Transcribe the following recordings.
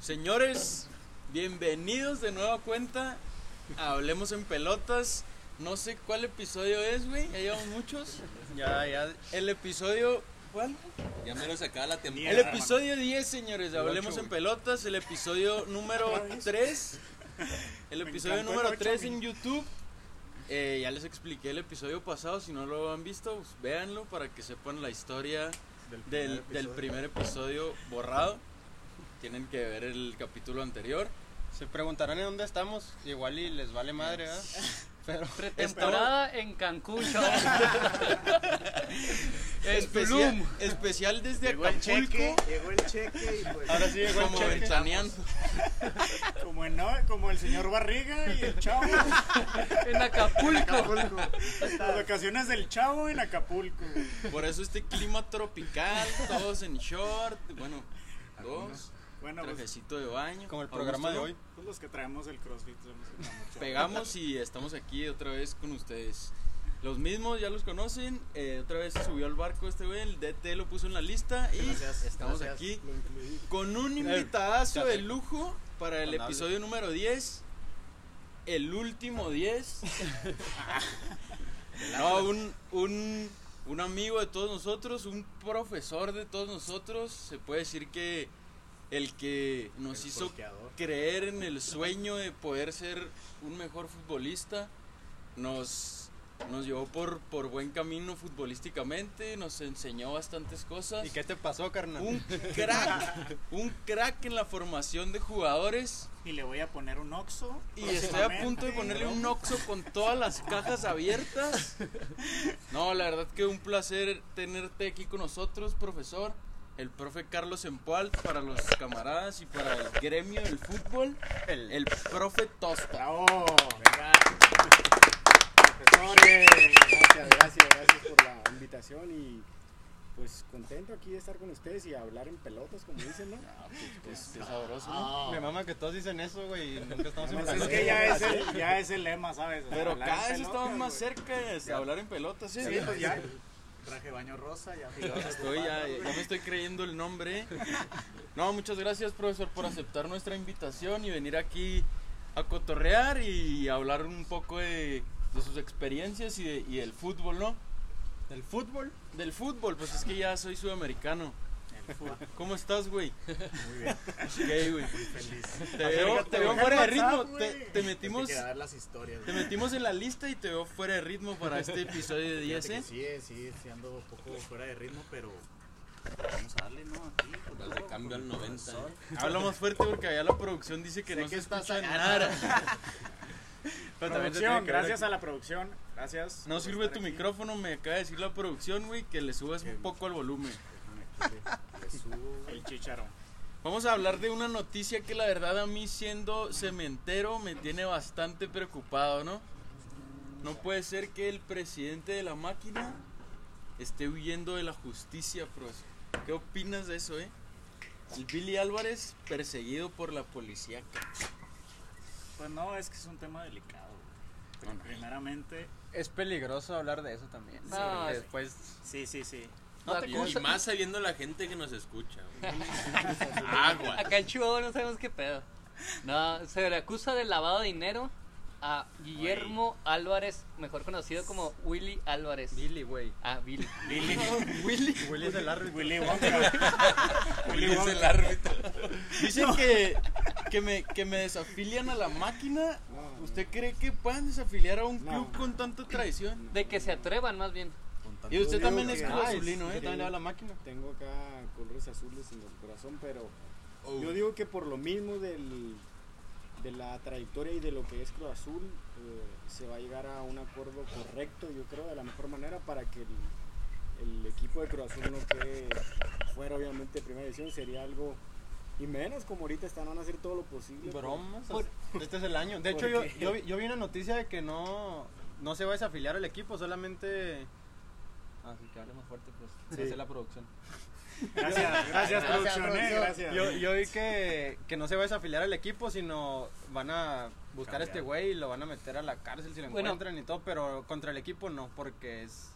Señores, bienvenidos de nueva cuenta a Hablemos en Pelotas. No sé cuál episodio es, güey. Ya llevamos muchos. Ya, ya. El episodio. ¿Cuál? Ya me lo sacaba la temporada. El episodio 10, señores, de Hablemos en Pelotas. El episodio número 3. El episodio encantó el número ocho, 3 güey. en YouTube. Eh, ya les expliqué el episodio pasado. Si no lo han visto, pues véanlo para que sepan la historia del, del primer episodio borrado. Tienen que ver el capítulo anterior. Se preguntarán en dónde estamos, igual y les vale madre, ¿verdad? Pero Pretemporada en Cancún, chaval. en Especial, Tulum. especial desde Llegó el cheque, Acapulco. llegó el cheque y pues ahora sí, llegó el Como cheque. ventaneando. como, el, no- como el señor Barriga y el Chavo en En Acapulco. Acapulco. Las vacaciones del Chavo en Acapulco. Por eso este clima tropical, todos en short. Bueno, dos. Bueno, pues, Trajecito de baño. Como el A programa de gusto, hoy. pues los que traemos el CrossFit somos el famoso. Pegamos y estamos aquí otra vez con ustedes. Los mismos, ya los conocen. eh, otra vez se subió al barco este güey. El DT lo puso en la lista. Y Gracias, estamos gracias, aquí lo incluí. Eh, con un invitadazo ya de sé. lujo para el Cuando episodio número 10. El último 10. No, un, un, un amigo de todos nosotros, un profesor de todos nosotros. Se puede decir que el que nos El hizo porqueador. creer en el sueño de poder ser un mejor futbolista. Nos, nos llevó por, por buen camino futbolísticamente, nos enseñó bastantes cosas. ¿Y qué te pasó, carnal? Un crack, un crack en la formación de jugadores. Y le voy a poner un Oxxo. Y estoy a próximamente. punto de ponerle un oxo con todas las cajas abiertas. No, la verdad que un placer tenerte aquí con nosotros, profesor. El profe Carlos Empoal para los camaradas y para el gremio del fútbol. El- El profe Tosta. Bravo. Venga. Profesores. Gracias, gracias, gracias por la invitación y pues contento aquí de estar con ustedes y hablar en pelotas, como dicen, ¿no? Pues, qué sabroso, ¿no? Ah. Me mama que todos dicen eso, güey, y nunca estamos en Pues es que ya es, el, ya es el lema, ¿sabes? O sea, Pero hablar cada en vez pelotas, estamos más güey. cerca de hablar en pelotas, ¿sí? Sí, pues ya. Traje baño rosa, ya Estoy, ya, eh. ya me estoy creyendo el nombre. No, muchas gracias, profesor, por aceptar nuestra invitación y venir aquí a cotorrear y hablar un poco de, de sus experiencias y, de- y del fútbol, ¿no? ¿El fútbol? Del fútbol, pues es que ya soy sudamericano. El fútbol. ¿Cómo estás, güey? Muy bien, Ok, güey. pues, feliz. Te veo, te veo fuera de ritmo. Te, te Tenemos metimos, que dar las historias. te güey. metimos en la lista y te veo fuera de ritmo para este episodio de 10, Fíjate ¿eh? que Sí, eh, sí, sí ando un poco fuera de ritmo, pero vamos a darle, ¿no? Aquí. con Dale todo, cambio con al ¿eh? el 90, corazón. Habla más fuerte porque allá la producción dice que Sé no que se estás escucha allá. nada. también te tiene Producción, que ver gracias aquí. a la producción. Gracias. No por sirve estar tu aquí. micrófono, me acaba de decir la producción, güey, que le subas un poco al volumen. Ah, Le pues, subo El chicharón. Vamos a hablar de una noticia que la verdad a mí siendo cementero me tiene bastante preocupado, ¿no? No puede ser que el presidente de la máquina esté huyendo de la justicia, profesor. ¿Qué opinas de eso, eh? El Billy Álvarez perseguido por la policía. ca- Pues no, es que es un tema delicado. güey. No, no. Primeramente, Es peligroso hablar de eso también. No, porque sí. después... sí, sí, sí. No te Y, y gusta- más sabiendo la gente que nos escucha. güey. Agua. Acá en Chihuahua no sabemos qué pedo. No, se le acusa de lavado de dinero a Guillermo Álvarez, mejor conocido como Willy Álvarez. Billy, güey. Ah, Billy. Billy, Willy es el árbitro. Willy Wonka. Willy Es el Wonka. árbitro. Dicen que, que, me, que me desafilian a la máquina. No, ¿Usted cree que puedan desafiliar a un No. club con tanta traición? De que se atrevan más bien. Y usted Yo también digo es que- Cruz Ay, Azulino, sí, ¿eh? yo También le da la máquina. Tengo acá colores azules en el corazón, pero Oh. yo digo que por lo mismo del, de la trayectoria y de lo que es Cruz Azul, eh, se va a llegar a un acuerdo correcto, yo creo, de la mejor manera para que el, el equipo de Cruz Azul no quede fuera, obviamente, de primera edición, sería algo... Y menos como ahorita están, van a hacer todo lo posible. por- Bromas. Por- Este es el año. De hecho, ¿Por yo, qué? yo, vi- yo vi una noticia de que no, no se va a desafiliar el equipo, solamente... Así que hable más fuerte, pues. Sí. Hace la producción. Gracias, gracias, producción. eh, Gracias. Yo, yo vi que, que no se va a desafiliar al equipo, sino van a buscar a este Cambiar. güey y lo van a meter a la cárcel si lo Bueno. encuentran y todo, pero contra el equipo no, porque es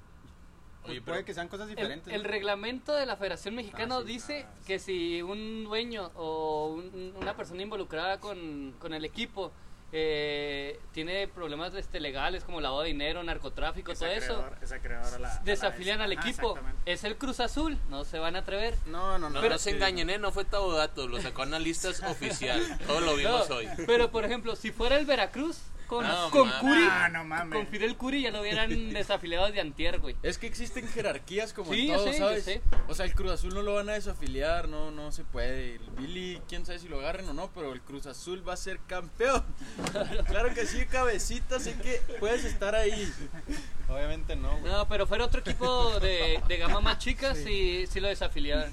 pues, Oye, puede pero que sean cosas El, diferentes. el ¿no? reglamento de la Federación Mexicana Ah, sí, dice ah, sí. que si un dueño o un- una persona involucrada con, con el equipo eh, tiene problemas este, legales como lavado de dinero, narcotráfico, todo eso, Desacreedor- desacreedor a la- a la desafilian vez. al Ah, equipo. exactamente. Es el Cruz Azul, no se van a atrever. No, no, no. No, no se engañen, ¿eh? No fue Tabodato, lo sacó analistas oficial. Todo lo vimos No, hoy. Pero por ejemplo, si fuera el Veracruz con, No, con mames. Curi, Ah, no mames. con Fidel Curi ya lo hubieran desafiliado de antier, güey. Es que existen jerarquías como Sí, en yo todo, sé, yo ¿sabes? sé. O sea, el Cruz Azul no lo van a desafiliar, no, no se puede. El Billy, quién sabe si lo agarren o no, pero el Cruz Azul va a ser campeón. claro que sí, cabecita, sé que puedes estar ahí. Obviamente no, güey. No, pero fuera otro equipo de, de gama más chica, sí, sí lo desafiliaron.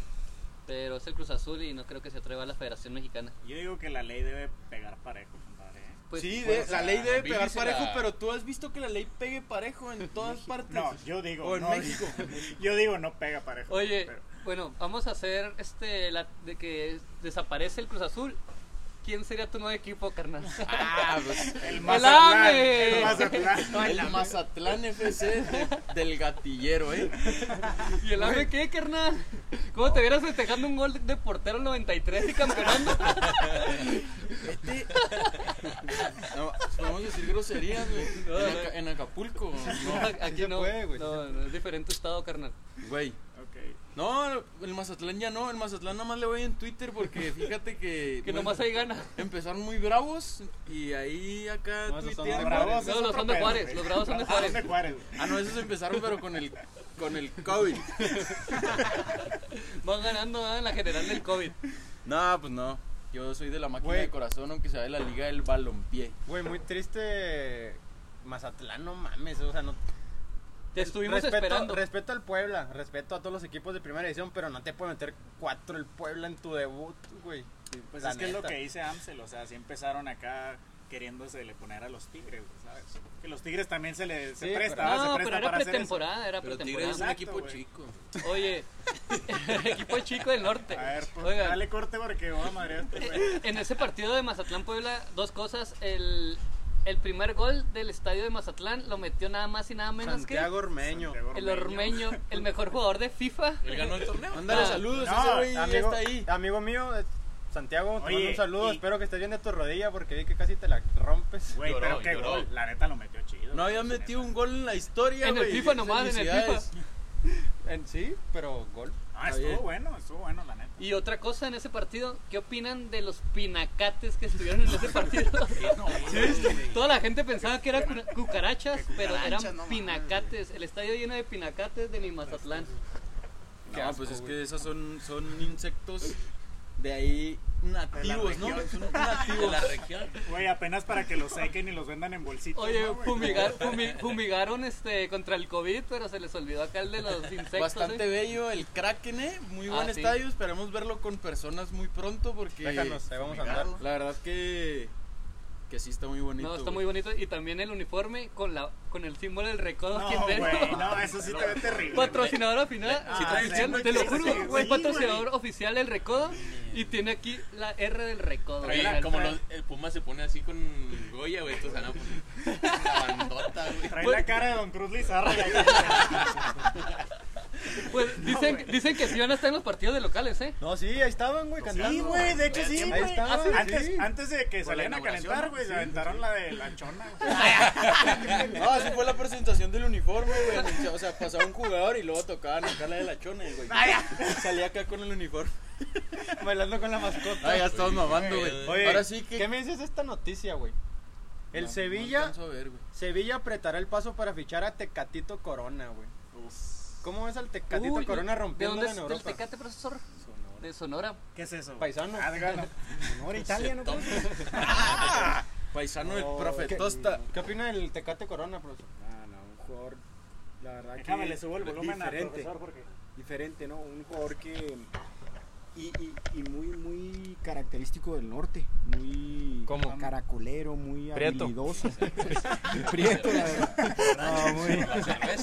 Pero es el Cruz Azul y no creo que se atreva a la Federación Mexicana. Yo digo que la ley debe pegar parejo, compadre. ¿eh? Pues, sí, pues, de- la ley debe Billy pegar se parejo, la- pero tú has visto que la ley pegue parejo en todas partes. No, yo digo. O en no, México. Yo digo no pega parejo. Oye, pero- bueno, vamos a hacer este la, de que desaparece el Cruz Azul. ¿Quién sería tu nuevo equipo, carnal? Ah, pues, el Mazatlán. Mazatlán, El Mazatlán. eh. el Mazatlán FC de- del gatillero, ¿eh? ¿Y el AME qué, carnal? ¿Cómo te vieras festejando un gol de portero al 93 y campeonando? Vete. No, vamos a decir groserías, güey. En, Aca- en Acapulco. No, No, aquí se no. puede, güey, sí no, no, es diferente estado, carnal. güey. Ok. No, el Mazatlán ya no, el Mazatlán nada más le voy en Twitter porque fíjate que... Que bueno, nomás hay ganas. Empezaron muy bravos y ahí acá No, esos son tuitearon. los bravos. es No, los otro son de pedo, Juárez, güey. los bravos son de Ah, Juárez. de Juárez. güey. Ah, no, esos empezaron pero con el, con el COVID. Van ganando ah, en la general del COVID. No, pues no. Yo soy de la máquina Güey. de corazón, aunque sea de la liga del balompié. Güey, muy triste. Mazatlán, no mames. O sea, no. Te estuvimos respeto, esperando. Respeto al Puebla, respeto a todos los equipos de primera edición, pero no te puede meter cuatro el Puebla en tu debut, güey. Pues La es que es lo neta. que dice Amsel, o sea, sí empezaron acá queriéndose le poner a los Tigres, güey, ¿sabes? Que los Tigres también se le se Sí, presta, pero- ¿va? se No, presta pero era para hacer eso. pretemporada, era Pero Tigres pretemporada. es un Exacto, equipo güey. chico. Oye, equipo chico del norte. A ver, pues, Oigan, eh, dale corte porque voy a madrear este güey. en ese partido de Mazatlán Puebla, dos cosas. El, el primer gol del estadio de Mazatlán lo metió nada más y nada menos Santiago Ormeño. Santiago que el este Ormeño. Ormeño, el mejor jugador de FIFA. Él ganó el torneo. Mándale Ah, saludos, no, ese güey ya Amigo, está ahí. amigo mío, eh, Santiago, te Oye, mando un saludo. y- Espero que estés bien de tu rodilla porque vi que casi te la rompes. Güey, Lloró, pero qué lloró. gol, la neta lo metió chido. No había güey, metido neta. un gol en la historia, En el güey. FIFA nomás, en el Felicidades. En sí, pero gol. Ah, Está bien. estuvo bueno, estuvo bueno la neta. Y otra cosa en ese partido, ¿qué opinan de los pinacates que estuvieron en ese partido? Toda la gente pensaba que eran cu- cucarachas, pero eran pinacates. El estadio lleno de pinacates de mi Mazatlán. Qué No, asco, pues es güey. que esas son, son insectos de ahí nativos, ¿no? región. Son nativos. De la región. Güey, apenas para que los sequen y los vendan en bolsitas. Oye, ¿no, güey? fumigar- fumi- fumigaron este contra el COVID, pero se les olvidó acá el de los insectos. Bastante ¿eh? bello el Kraken, ¿eh? Muy Ah, buen sí. estadio. Esperemos verlo con personas muy pronto porque Déjanos, ahí vamos a andar. la verdad que, que sí está muy bonito. No, está güey. muy bonito. Y también el uniforme con la con el símbolo del recodo aquí No, en medio. güey, no, eso sí te ve terrible. Patrocinador oficial, Ah, oficial, sí, te lo sí, juro, sí, güey, sí, patrocinador güey. oficial del recodo y tiene aquí la R del recodo. Trae la- güey. como los- el Puma se pone así con Goya, güey. Entonces, Ana, pues, una bandota, güey. Trae la cara de Don Cruz Lizarra. Pues dicen, dicen que sí van a estar en los partidos de locales, ¿eh? No, sí, ahí estaban, güey, cantando. Sí, güey, de hecho sí, Ahí güey. estaba, Ah, sí, Antes, sí. antes de que Por la salieran a inauguración, calentar, ¿no? güey, se Sí, aventaron la de la chona, güey. No, así Ah, fue la presentación del uniforme, güey. anunciaba- O sea, pasaba un jugador y luego tocaban acá la de la chona, güey. Salía acá con el uniforme. Bailando con la mascota. Ah, ya estamos mamando, güey. güey. Oye, Ahora sí que. ¿Qué me dices de esta noticia, güey? El No, no Sevilla alcanzo a ver, güey. Sevilla apretará el paso para fichar a Tecatito Corona, güey. ¿Cómo ves al Tecatito Uy, Corona ¿De rompiendo dónde en es el Europa? Tecate, profesor? De Sonora. ¿Qué es eso? Paisano. Ah, de gano. Honor Italia, ¿no? Toma. Ah, Paisano del Oh, profe qué- Tosta. ¿Qué opina del Tecate Corona, profesor? Ah, no, un jugador, la verdad Déjame, que Ah, le subo el volumen al diferente, profesor porque... diferente, ¿no? Un jugador que y, y, y muy muy característico del norte, muy ¿Cómo? caracolero, muy Prieto. habilidoso. Prieto, la verdad. No, muy,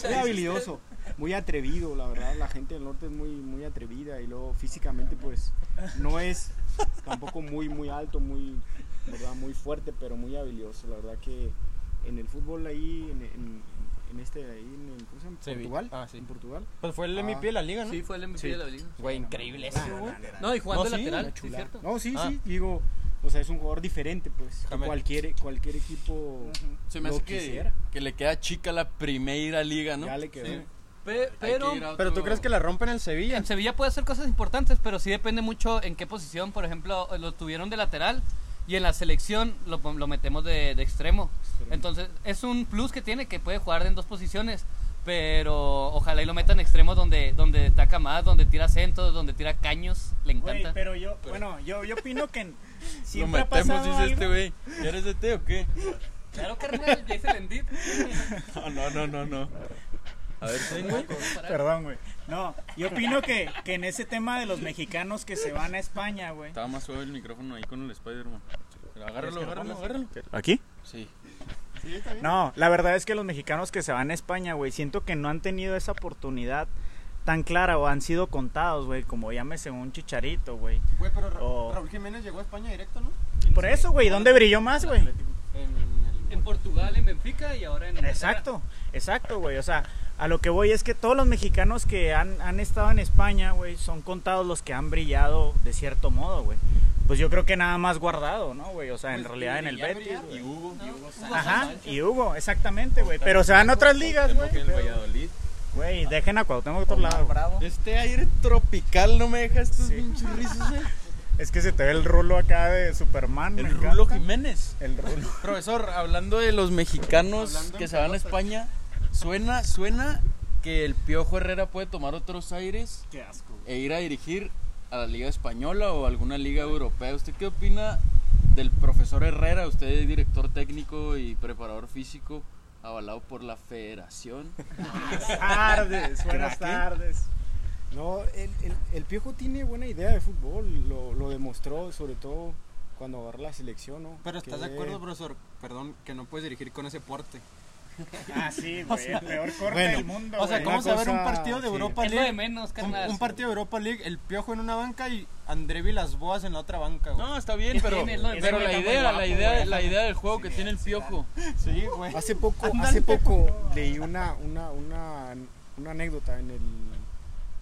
muy habilidoso, muy atrevido, la verdad. La gente del norte es muy muy atrevida y luego físicamente pues no es tampoco muy muy alto, muy verdad, muy fuerte, pero muy habilidoso, la verdad que en el fútbol ahí en, en- en este ahí en, en- ¿cómo se llama? Sevilla. Portugal, Ah, sí. en Portugal. Pues fue el Ah. MVP de la liga, ¿no? Sí, fue el MVP Sí. de la liga. Güey, increíble eso, güey. No, y jugando No, sí, lateral, una sí, cierto. No, sí, Ah. sí, digo, o sea, es un jugador diferente, pues, que Jamel. cualquier cualquier equipo Se me lo hace que, quisiera. que le queda chica la primera liga, ¿no? Ya le quedó. Sí. Pe- Hay que pero ir a Pero tú otro- crees que la rompen el Sevilla. en Sevilla puede hacer cosas importantes, pero sí depende mucho en qué posición. Por ejemplo, lo tuvieron de lateral y en la selección lo, pon- lo metemos de, de extremo. Entonces, es un plus que tiene que puede jugar en dos posiciones. Pero ojalá y lo metan extremo donde, donde destaca más, donde tira centros, donde tira caños. Le Güey, encanta. pero yo, bueno, yo, yo opino que en- Lo siempre ha metemos, pasado dice algo. este güey. ¿Ya eres DT o qué? Claro, carnal, ya hice el endit. No, no, no, no, no. A ver, ten, güey. Perdón, güey. No, yo opino que, que en ese tema de los mexicanos que se van a España, güey. Estaba más suave el micrófono ahí con el Spider-Man. Pero Agárralo, agárralo, agárralo. ¿Aquí? Sí. No, la verdad es que los mexicanos que se van a España, güey, siento que no han tenido esa oportunidad tan clara o han sido contados, güey, como llámese un chicharito, güey. Güey, pero Ra- Oh. Raúl Jiménez llegó a España directo, ¿no? Por eso, güey, ¿dónde brilló más, güey? En En el... Portugal, en Benfica y ahora en. Inglaterra. Exacto, exacto, güey. O sea, a lo que voy es que todos los mexicanos que han, han estado en España, güey, son contados los que han brillado de cierto modo, güey. Pues yo creo que nada más guardado, ¿no, güey? O sea, Pues en realidad en el Betis, güey. Y Hugo. Ajá, y Hugo, exactamente, güey. Pero se van a otras ligas, güey. Cuauhtémoc en el Valladolid. Güey, dejen a Cuauhtémoc a otro lado. Bravo. Este aire tropical no me deja estos pinches rizos, eh. Es que se te ve el rulo acá de Superman. me El Rulo encanta. Jiménez. El rulo. Profesor, hablando de los mexicanos Hablando que en se van a España, suena, suena que el Piojo Herrera puede tomar otros aires Qué asco. e ir a dirigir a la Liga Española o alguna liga europea. ¿Usted qué opina del profesor Herrera? Usted es director técnico y preparador físico avalado por la federación. Tardes, buenas Crack, ¿eh? tardes. No, el, el, el Piojo tiene buena idea de fútbol, lo, lo demostró sobre todo cuando agarró la selección, ¿no? Pero estás Que- de acuerdo, profesor, perdón, que no puedes dirigir con ese porte. Ah, sí, güey. el peor corte bueno, del mundo. O sea, güey. ¿cómo una se va a ver un cosa- partido de sí. Europa Es lo de League? menos, Un, carnal. un partido de Europa League, el piojo en una banca y André Vilasboas en la otra banca, güey. No, está bien, Es pero, bien, es lo de pero la menos. Está muy idea, la guapo, idea, güey. la idea del juego que tiene el Piojo. Sí, güey. Hace poco, hace poco leí una, una, una, una anécdota en el,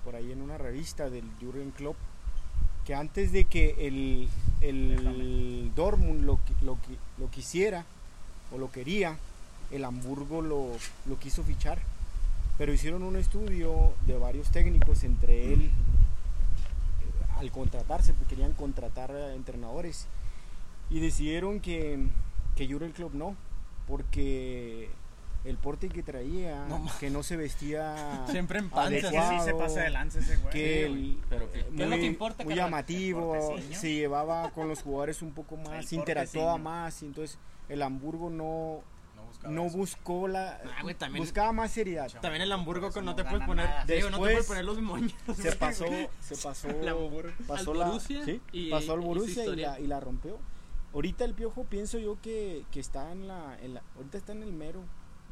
por ahí en una revista del Jurgen Klopp que antes de que el, el Dortmund lo, qui- lo, qui- lo quisiera o lo quería, el Hamburgo lo, lo quiso fichar. Pero hicieron un estudio de varios técnicos, entre él, eh, al contratarse, porque querían contratar a entrenadores, y decidieron que, que Jurgen Klopp no, porque el porte que traía, No ma- que no se vestía Siempre en Es panza. que ¿no? sí se pasa de lanza ese güey. que Sí, el- Pero que- eh, ¿Qué es lo que importa, muy El carnal? llamativo, corteciño. se llevaba con los jugadores un poco más, El interactuaba corteciño. más, y entonces el Hamburgo no, No buscaba no eso. buscó la... Ah, güey, también- buscaba más seriedad. También el Hamburgo con no te no puedes gana poner, nada. digo, no te Después- puedes poner los moños. Se pasó, se pasó, El Hamburgo. pasó, Al la- Borussia sí, y- pasó al y su Borussia y, historia. la, y la rompió. Ahorita el Piojo pienso yo que, que está en la, en la- Ahorita está en el mero,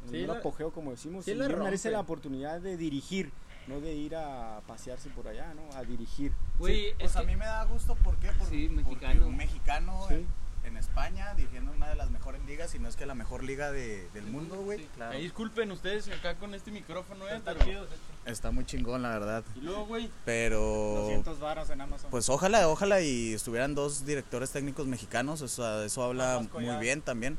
en Sí, el mero la- apogeo como decimos. sí y la él merece rompe. la oportunidad de dirigir, no de ir a pasearse por allá, ¿no? A dirigir. Güey, Pues es a que- mí me da gusto, ¿por qué? Por- Sí, porque mexicano. un mexicano Sí. eh, en, en España dirigiendo una de las mejores ligas, si no es que la mejor liga de- del mundo, güey. Sí. Ahí disculpen ustedes acá con este micrófono, eh, pero- Está muy chingón, la verdad. Y luego, güey, Pero, 200 varos en Amazon. pues ojalá, ojalá y estuvieran dos directores técnicos mexicanos, eso, eso habla Vasco muy ya. bien también.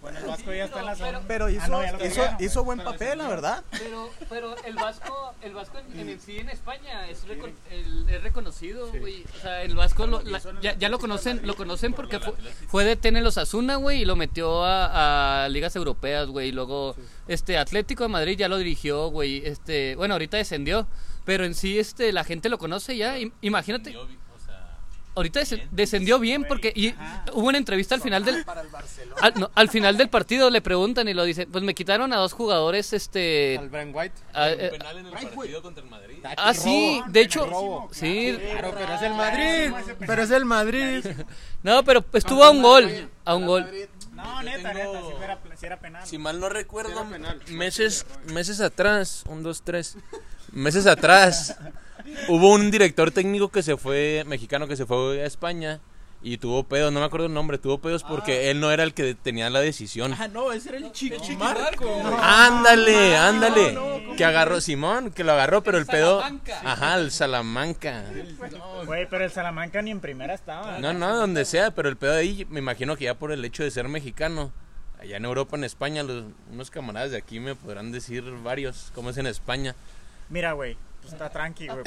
bueno, el Vasco ya está en la zona. Pero hizo, Ah, no, ya lo hizo, cambiaron, hizo güey. buen papel, la verdad. Pero, pero el vasco, el vasco en, en el Mm. sí en España es, reco- el- es reconocido, güey. O sea, el vasco lo- la- ya, ya lo conocen, lo conocen porque fue, fue de Tene los Asuna, güey, y lo metió a, a ligas europeas, güey. Y luego, este Atlético de Madrid ya lo dirigió, güey. Este, bueno, ahorita descendió, pero en sí, este, la gente lo conoce ya. Im- Imagínate. Ahorita des- descendió bien porque y hubo una entrevista al final del al, no, al final del partido le preguntan y lo dicen, pues me quitaron a dos jugadores este Al Brian White. a- Un eh, penal en el partido contra el Madrid. Ah, sí, de hecho, robo. sí. Claro, pero es el Madrid. Pero es el Madrid. No, pero estuvo a un gol, a un gol. No, Yo neta, tengo- neta, si era, si era penal. Si mal no recuerdo, Era penal. meses, meses atrás, un, dos, tres, meses atrás, hubo un director técnico que se fue, mexicano que se fue a España Y tuvo pedos, no me acuerdo el nombre, tuvo pedos porque él no era el que tenía la decisión. Ah, no, ese era el Chiquimarco. Ándale, Ah, ándale. no, ¿cómo que agarró Simón, que lo agarró, pero el, pedo. Salamanca. Ajá, el Salamanca. pues. Güey, pero el Salamanca ni en primera estaba. No, no, donde sea, pero el pedo ahí, me imagino que ya por el hecho de ser mexicano. Allá en Europa, en España, los, unos camaradas de aquí me podrán decir varios, cómo es en España. Mira, güey, pues está tranqui, güey.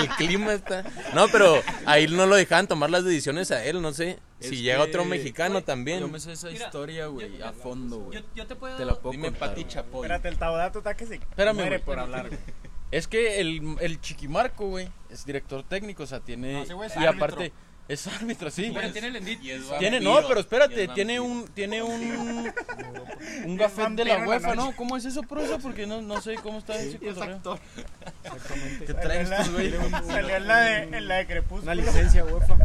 El clima está. No, pero ahí no lo dejaban tomar las decisiones a él, no sé. Si Es llega otro que- mexicano Yo también. me sé esa Mira, historia, güey, yo- a fondo, Yo, güey. yo te puedo. Te la puedo Dime contar, Pati güey. Chapoy. Espérate, el Tabodato está que se Espérame, muere güey. por hablar, güey. Es eh, que el, el Chiquimarco, güey, es director técnico, o sea, tiene... No, ese güey es y árbitro. aparte, es árbitro, sí. Pero tiene el endit. Tiene, no, pero espérate, tiene un, tiene un, un gafet de la vampiro en la UEFA, ¿no? noche. ¿Cómo es eso, prosa? Porque no, no sé cómo está ese cotorreo. ¿Qué Salió en traes la- tú, güey? Salió en la de, en la de Crepúsculo. Una licencia UEFA.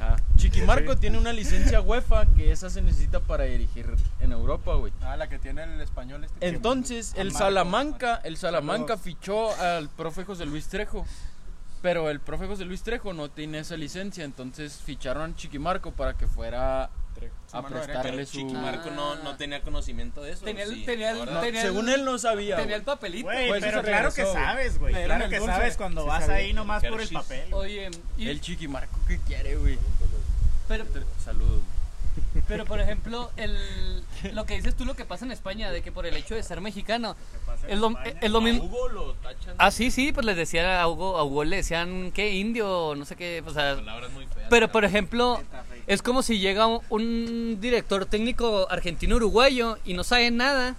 Ah, Chiquimarco tiene una licencia UEFA que esa se necesita para dirigir en Europa, güey. Ah, la que tiene el español este. Entonces, el Salamanca, el Salamanca fichó al profe José Luis Trejo. Pero el profe José Luis Trejo no tiene esa licencia, entonces ficharon a Chiquimarco para que fuera a mano derecha. prestarle su... Chiquimarco Marco no, no tenía conocimiento de eso. Tenía el- sí. tenía el- Ahora- No, Ah, tenía según él no sabía. Tenía güey. el papelito. Güey, Por eso pero se claro que regresó, güey. sabes, güey. Le dieron Claro el que dulce. sabes cuando Sí vas sabía. ahí nomás por el Hershey's. papel. güey. Oye, y- El Chiquimarco, ¿qué quiere, güey? pero, Saludos. pero por ejemplo, el, lo que dices tú, lo que pasa en España, de que por el hecho de ser mexicano, es lo, es lo mismo. Hugo lo tachan. Ah, sí, sí, pues les decía a Hugo, a Hugo le decían que indio, no sé qué, o sea, Palabras muy feas. Pero, por ejemplo, es como si llega un- un director técnico argentino-uruguayo y no sabe nada,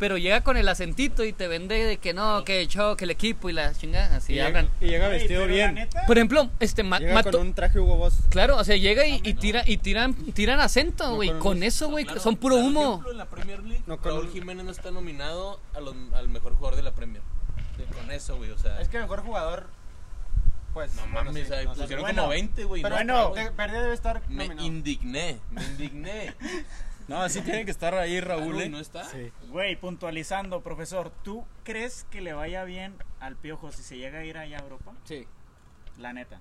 pero llega con el acentito y te vende de que no, que yo, que el equipo y la chingada, así hablan. Y llega Güey, vestido pero la bien. neta, Por ejemplo, este ma- Llega Mato- con un traje Hugo Boss. Claro, o sea, llega y, y tira, y tiran, tiran acento, güey. con con eso, güey, son puro humo. en la Premier League, No, con Raúl un- Jiménez no está nominado a los- al mejor jugador de la Premier. Con eso, güey, o sea. Es que mejor jugador. Pues. No bueno, mames, sí, ahí no sé. pusieron bueno. como 20, güey. Pero no, bueno, bueno. de- Verde debe estar. Me nominado. indigné, me indigné. No, así tiene que estar ahí Raúl, Raúl, ¿no ¿eh? está? Sí. Güey, puntualizando, profesor, ¿tú crees que le vaya bien al Piojo si se llega a ir allá a Europa? Sí. La neta.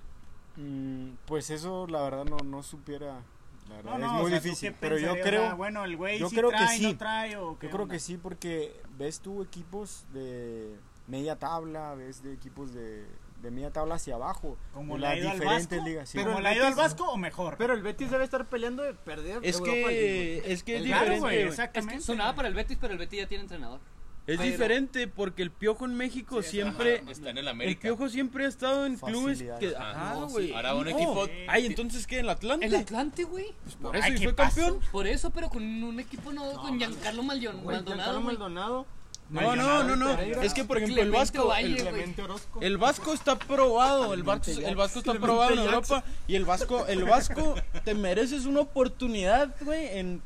Mm, pues eso, la verdad, no, no supiera. La verdad, No, no, es o muy sea, ¿tú difícil. qué Pero yo pensarías? creo. O sea, bueno, el güey yo sí creo que trae, sí. no trae o qué Yo creo onda? que sí, porque ves tú equipos de media tabla, ves de equipos de, de media tabla hacia abajo. Como en le ha las ido al diferentes Vasco, ligas. sí. Pero Como ¿Como le ha ido al Vasco o mejor? Pero el Betis debe estar peleando de perder. Es que, es que es Claro, diferente, güey, güey. Es exactamente. que sonaba para el Betis, pero el Betis ya tiene entrenador. Es Pero- diferente porque el Piojo en México siempre... Está en el El América. Piojo siempre ha estado en clubes que... Facilidades. Ajá, Ajá, no, sí. güey. Ahora un No. equipo- Ay, entonces, ¿qué? ¿En Atlante? Pues El Atlante, güey. Por Ay, eso, y ¿qué fue pasó? campeón. Por eso, pero con un equipo no, con Giancarlo Maldion- Güey, Maldonado. Giancarlo güey. Maldonado. No, no, no, no. Es que, por ejemplo, el Clemente Vasco... Valle, El, güey. Clemente Orozco. el Vasco está probado, el Vasco, el Vasco está probado en Europa y el Vasco, el Vasco te mereces una oportunidad, güey, en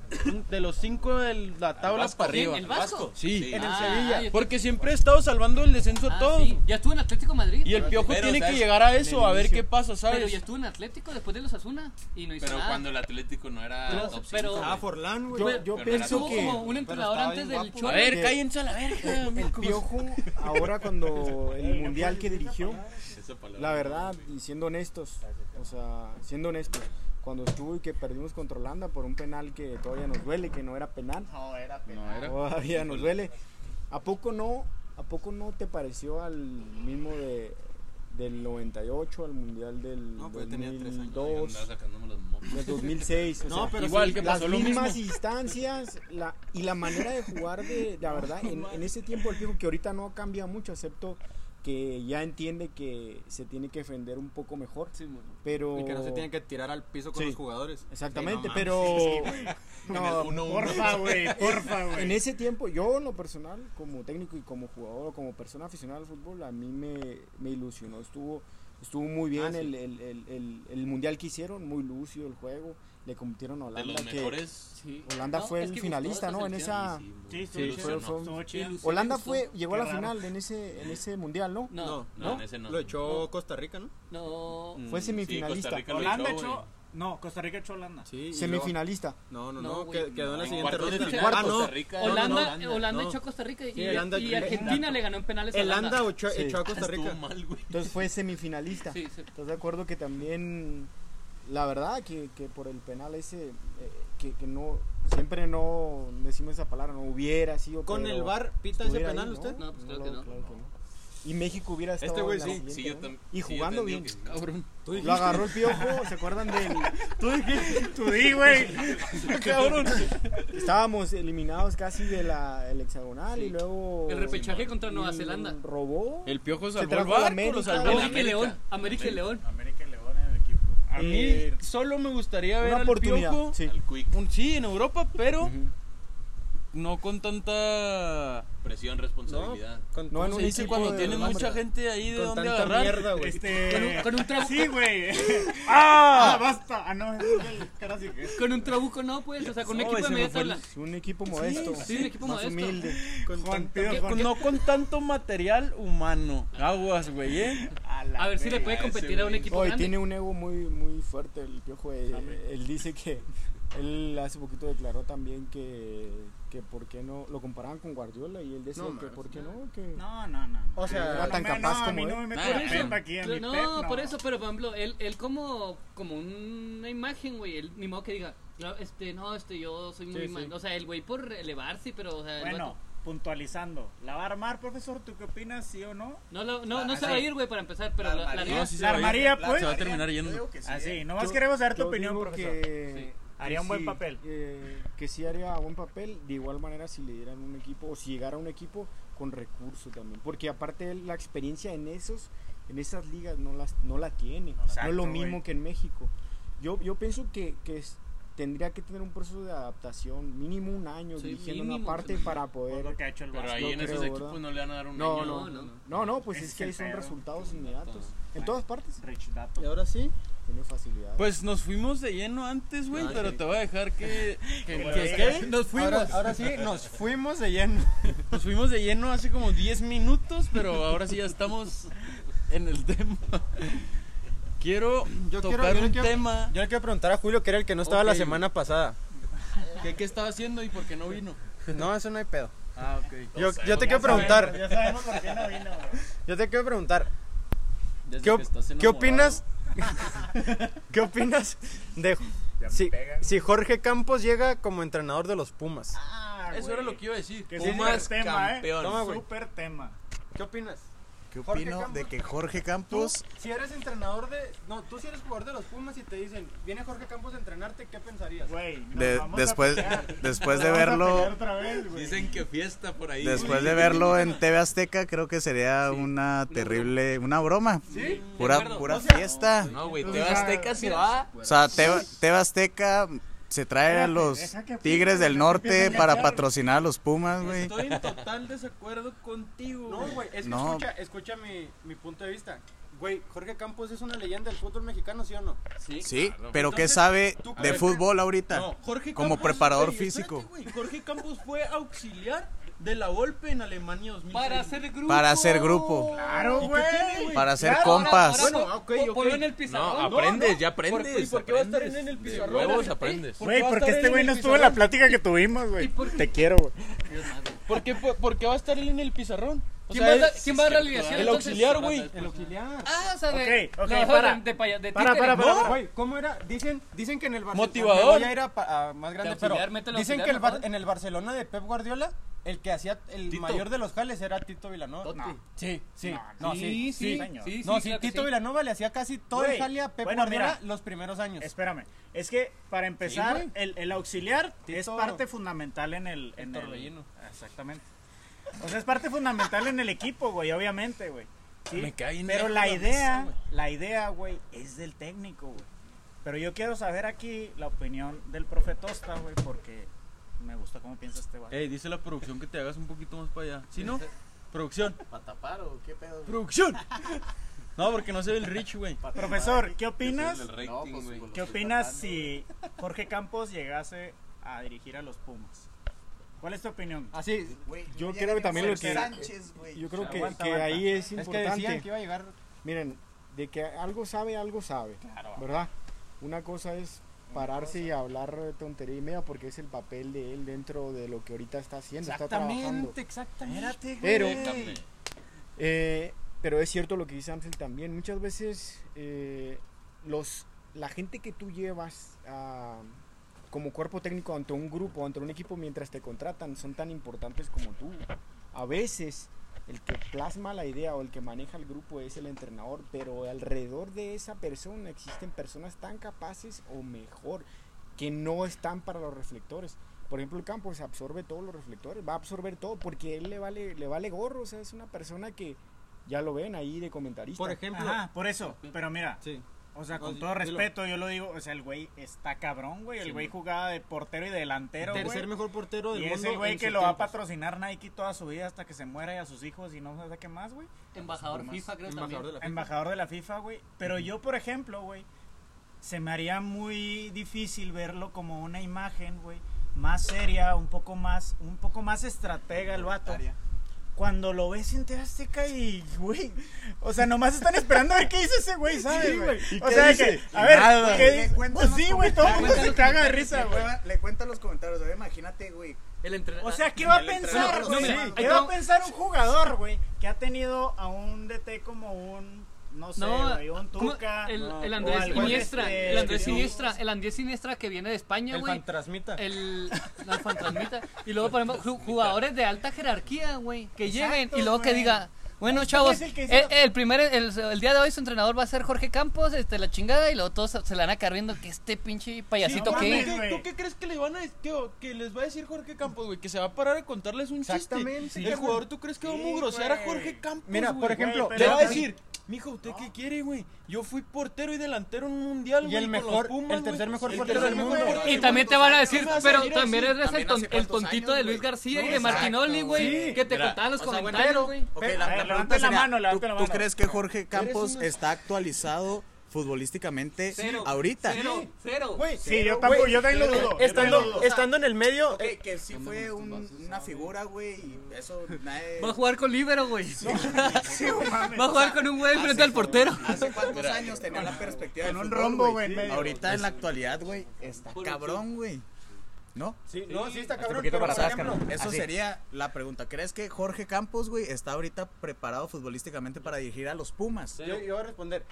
de los cinco de la tabla para arriba. ¿El Vasco? Sí, Sí. en el Ah, Sevilla. yo- Porque siempre he estado salvando el descenso Ah, a todos. sí. Ya estuvo en Atlético de Madrid. Y el piojo Pero, tiene que ¿sabes? llegar a eso, a ver qué pasa, Pero ya ¿sabes? estuvo en Atlético después de los Asuna y no hizo Pero nada. cuando el Atlético no era Pero- top cinco, pero- güey. Ah, Forlán, güey. Yo, yo Pero pienso Hubo que como un entrenador estaba antes bien del guapo. A Cholo. ver, que- cállense a la verga. el amigos. Piojo, ahora cuando el mundial que dirigió, Esa palabra. la verdad, y siendo honestos, o sea, siendo honestos, cuando estuvo y que perdimos contra Holanda por un penal que todavía nos duele, que no era penal. No, era- Todavía nos duele. ¿A poco no, a poco no te pareció al mismo de, del 98, al mundial del No, pues, yo tenía tres años. 2002, Andaba sacándome los mocos. del 2006? O No, sea, pero Igual sí, que las pasó lo mismo. mismas instancias la, y la manera de jugar de la verdad en, en ese tiempo el Piojo que ahorita no cambia mucho excepto que ya entiende que se tiene que defender un poco mejor pero Y que no se tienen que tirar al piso con Sí. los jugadores. exactamente Sí, pero no, Porfa, güey, porfa, güey. en ese tiempo yo en lo personal como técnico y como jugador o como persona aficionada al fútbol a mí me, me ilusionó estuvo estuvo muy bien Ah, sí. el, el- el- el- el mundial que hicieron muy lúcido el juego le compitieron a De Holanda los que mejores. Sí. Holanda No, fue es el que finalista, gustó ¿no? En selección. esa Sí, Sí, estuvo chido, fue- fue- estuvo chido. ilusión. Holanda gustó. fue llegó a la Qué raro. final en ese en ese mundial, ¿no? No, No, en ese no. Lo echó No. Costa Rica, ¿no? no. Fue Sí, semifinalista. Costa Rica lo Holanda echó, echó... güey. No, Costa Rica echó a Holanda. Sí. y Semifinalista. luego- No, no, No, no. güey, que- Quedó en la no. siguiente Cuartos de ronda. final, Ah, no. Costa Rica. no, no, Holanda, no, Holanda, no. echó a Costa Rica y, Sí, Holanda- y Argentina le ganó en penales a Holanda. Holanda o echó Sí. echó a Costa Estuvo Rica. mal, güey. Entonces fue semifinalista. Sí, sí. ¿Estás de acuerdo que también la verdad que, que por el penal ese, eh, que, que no, siempre no decimos esa palabra, no hubiera sido. ¿Con pero el VAR pita ese estuviera ahí, penal usted? No, pues claro lo- que no. Y México hubiera estado güey en la sí, siguiente, Sí, yo ¿no? también. Y jugando bien. Cabrón. Lo agarró el piojo, ¿se acuerdan del...? Tú di, güey. Cabrón. Estábamos eliminados casi de la, el hexagonal y luego... El repechaje contra Nueva mm, Zelanda. Robó. El piojo salvó el trajo a barco, América. lo salvó. América y León. América y León. América y León en el equipo. A mí solo me gustaría ver Una al oportunidad, piojo. sí. Al quick. un- sí, en Europa, pero no con tanta. Presión, responsabilidad. con, No, en Se un dice equipo cuando de tiene Holanda. mucha gente ahí de con dónde tanta agarrar. mierda, güey. Con un, Este. con un trabuco. Sí, güey. ¡Ah! basta. Ah, no, es el cara así que es. Con un trabuco no, pues. O sea, con un No, equipo de ese me media fue el- tabla. Sí, un equipo modesto. sí, un equipo más modesto. humilde. Juan, pido Con- Juan. No con tanto material humano. Aguas, güey, ¿eh? A, la A ver si le verga, puede ese competir a un güey. equipo Hoy grande. tiene un ego muy, muy fuerte el piojo. eh, él dice que... Él hace poquito declaró también que, que por qué no... Lo comparaban con Guardiola y él decía que por qué no, que... No, no, no. O sea, Era tan No, capaz no, a mí como no él. me meto la Nah, Pep. pep aquí en mi no, Pep, no. por eso, pero por ejemplo, él, él como, como una imagen, güey, él ni modo que diga, "No, este, no, este, yo soy muy sí. mal. O sea, el güey por elevarse, pero, o sea, el Bueno, vato- puntualizando. ¿La va a armar, profesor? ¿Tú qué opinas? ¿Sí o no? no, lo- no, no Ah, se va a sí. ir, güey, para empezar, pero la, la armaría. liga- sí ¿La se va a ir. armaría, La- pues? Se va a terminar yo yendo. digo que sí, Así, eh. nomás Yo- queremos saber tu yo opinión, digo profesor. que- Haría que un buen sí, papel. eh, que sí haría buen papel, de igual manera si le dieran un equipo o si llegara un equipo con recursos también. Porque aparte él, la experiencia en esos, en esas ligas no las no la tiene. no Exacto, es lo güey. mismo que en México. Yo, yo pienso que, que es- tendría que tener un proceso de adaptación, mínimo un año Sí, dirigiendo una mínimo, parte sí. para Pues poder. lo que ha hecho el Pero Vasco. ahí yo en esos creo, equipos ¿verdad? no le van a dar un No, año. no, no, no, no. no, no, pues Ese es es que el ahí son pedo. resultados inmediatos. En todas partes. Rich Dato. Y ahora sí, Tiene facilidad. Pues nos fuimos de lleno antes, güey, Ah, No, pero sí. te voy a dejar que. que- Que lo que- digas. ¿qué? nos fuimos. Ahora, ahora sí, nos fuimos de lleno. Nos fuimos de lleno hace como 10 minutos, pero ahora sí ya estamos en el tema. Quiero Yo quiero- tocar yo le un quiero- tema. Yo le quiero preguntar a Julio, que era el que no estaba la Ok. semana pasada. ¿Qué, ¿Qué estaba haciendo y por qué no vino? No, eso no hay pedo. Ah, ok. Yo, yo te Ya quiero sabemos- preguntar, Ya sabemos por qué no vino, güey. yo te quiero preguntar, Desde ¿Qué, op- que estás qué enamorado. opinas? ¿Qué opinas de Ya me si, pega, güey. si Jorge Campos llega como entrenador de los Pumas? Ah, Eso güey. era lo que iba a decir. Que Pumas Pumas tema, ¿eh? campeón. campeón. Toma, güey. Super tema. ¿Qué opinas? ¿Qué Jorge opino Campos. de que Jorge Tú, Campos si eres entrenador de. No, tú si eres jugador de los Pumas y te dicen, viene Jorge Campos a entrenarte, ¿qué pensarías? Güey, nos De- vamos a después, pelear. después de Nos vamos a pelear verlo, otra vez, güey. Dicen que fiesta por ahí. después de verlo en TV Azteca, creo que sería una terrible, una broma, ¿Sí? pura, acuerdo. pura fiesta. No, güey, O te sea, Azteca se va. O sea, Te- TV Azteca se trae a Espérate, los deja que Tigres del Norte empiecen a para ganar. patrocinar a los Pumas, güey. Estoy en total desacuerdo contigo. No, güey, es que No. escucha, escucha mi, mi punto de vista. Güey, Jorge Campos es una leyenda del fútbol mexicano, ¿sí o no? Sí, pero ¿qué sabe ¿tú de crees? fútbol ahorita? No, Jorge Como Campos, preparador güey, físico. espérate, güey, Jorge Campos fue auxiliar de la Volpe en Alemania 2006. para hacer grupo. Para hacer grupo, Claro, ¿Y qué güey. tiene, güey? para hacer Claro, compas. Bueno, Bueno, ok, ok. en el No, pizarrón. ah, aprendes, ya ¿Por qué- aprendes. ¿Y por qué va a estar en aprendes. el De pizarrón? huevos güey? aprendes. ¿Por Güey, va a porque estar este él güey en no el estuvo en la pizarrón? plática que tuvimos, güey. Te quiero, güey. ¿Por qué, por, por qué va a estar él en el pizarrón? O ¿Quién, sea, va, a él- la- quién va a realización? el entonces? auxiliar, güey. El auxiliar. Ah, o sea, de, Ok, ok, no, para. de, de paya- de Para, títere. para, para, No, para. Güey, ¿cómo era? Dicen, dicen que en el Barcelona. Motivador. Me Voy a ir a, pa- a más grande, De pero. auxiliar, mételo Dicen auxiliar, que el Bar- mejor. en el Barcelona de Pep Guardiola, el que hacía el Tito. mayor de los jales era Tito Vilanova. No. Sí, sí. No, No, sí, sí. señor. sí, No, sí, claro que Tito sí. Vilanova le hacía casi todo Güey, el jale a Pep bueno, Guardiola mira. los primeros años. Espérame, es que para empezar, Sí, güey. el, el auxiliar es Tito- parte fundamental en el. En Héctor el- Bellino. Exactamente. O sea, es parte fundamental en el equipo, güey, obviamente, güey. ¿sí? Me cae en Pero la la idea, mesa, la idea, güey, es del técnico, güey. Pero yo quiero saber aquí la opinión del profe Tosta, güey, porque me gusta cómo piensa este güey. Ey, dice la producción que te hagas un poquito más para allá. ¿Sí no? Producción, ¿Para tapar o qué pedo? producción. No, porque no se ve el Rich, güey. Profesor, ¿qué opinas? No, pues, güey. ¿Qué opinas si Jorge Campos llegase a dirigir a los Pumas? ¿Cuál es tu opinión? Así. Yo creo que también lo que- Sánchez, güey. Yo creo que, Aguanta, que aguanta. ahí es Es que importante. decían que iba a llegar. Miren, de que algo sabe, algo sabe. ¿Verdad? Una cosa es pararse y hablar tontería y media porque es el papel de él dentro de lo que ahorita está haciendo, está trabajando. exactamente. Pero, eh, pero es cierto lo que dice Amsel también. Muchas veces eh, los la gente que tú llevas ah, como cuerpo técnico ante un grupo, ante un equipo mientras te contratan, son tan importantes como tú. A veces el que plasma la idea o el que maneja el grupo es el entrenador, pero alrededor de esa persona existen personas tan capaces o mejor que no están para los reflectores. Por ejemplo, el campo se absorbe todos los reflectores, va a absorber todo porque él le vale, le vale gorro, o sea, es una persona que ya lo ven ahí de comentarista. Por ejemplo, Ajá, por eso. Pero mira, sí. o sea, con No, todo di- dilo. respeto, yo lo digo, o sea, el güey está cabrón, güey. El güey jugaba de portero y de delantero, güey. tercer mejor portero del Y mundo. es el güey en que sus lo va a tiempos. patrocinar Nike toda su vida hasta que se muera y a sus hijos y no sabe qué más, güey. Embajador Superman. FIFA, creo Embajador de también. la FIFA. Embajador de la FIFA, güey. Pero yo, por ejemplo, güey, se me haría muy difícil verlo como una imagen, güey, más seria, un poco más, un poco más estratega el vato. Cuando lo ves en TV Azteca y, güey, o sea, nomás están esperando a ver qué dice ese güey, ¿sabes, güey? o sea, que, a ver, Nada. ¿qué Le dice? cuentan Pues los sí, güey, todo el mundo se comentarios. caga de risa, güey. Le cuentan los comentarios, güey, imagínate, güey. El entrenador. O sea, ¿qué va a El pensar, entrenador, güey? no, mira, ahí ¿Qué te va va- a pensar un jugador, güey, que ha tenido a un DT como un, no sé, No, güey, un ¿cómo? Tuca? el, no, el o Andrés algo Siniestra, este, el Andrés este, Siniestra, el Andrés Siniestra que viene de España, El güey. fantasmita. El, la fantasmita. Y luego, por ejemplo, ju- jugadores de alta jerarquía, güey, que lleguen y luego que güey. diga, bueno, Este chavos, es el el, que hizo la- el primer, el, el día de hoy su entrenador va a ser Jorge Campos, este, la chingada, y luego todos se, se le van a caer viendo que este pinche payasito no que... mames. ¿Tú qué- güey. ¿Tú qué crees que le van a que, que les va a decir Jorge Campos, güey? Que se va a parar a contarles un chiste. Exactamente, El cabrón. jugador, ¿tú crees que va a Sí, mugrosear a güey. Jorge Campos? Mira, güey? por ejemplo, Güey, Le pero- va a decir, mijo, ¿usted qué quiere, güey? Yo fui portero y delantero en un mundial, Y güey. el con los mejor- Pumas, el tercer güey. mejor El portero tercer del mejor mundo. portero Y del también mundo. te van a ¿Cuántos decir, años vas a pero seguir también así? eres el, También ton- hace el cuántos tontito años, güey. de Luis García y Sí, de Martinoli, exacto, güey, sí. que te Mira, contaban los o sea, bueno, eh, comentarios, güey. Ok, A la, ver, la levanta pregunta la sería, mano, levanta ¿tú- la ¿tú, mano. crees que Jorge Campos una- está actualizado futbolísticamente Cero, ahorita? Cero, cero. Güey, Sí, yo tampoco, yo también lo dudo. yo también lo eh, Estando, dudo. estando en el medio, eh, Ok, que sí fue un- una figura, güey, y eso nadie... Va a jugar con Libero, güey. Sí, no mames. Va a jugar con un güey frente al portero. ¿Hace cuántos años tenía la perspectiva En del un fútbol, rombo, güey, en medio. Ahorita en la actualidad, güey, está cabrón, güey. ¿No? Sí, no, sí Eh, está cabrón, poquito pero, para por atrás, ejemplo, Eso sería la pregunta. ¿Crees que Jorge Campos, güey, está ahorita preparado futbolísticamente para dirigir a los Pumas? Yo, yo voy a responder.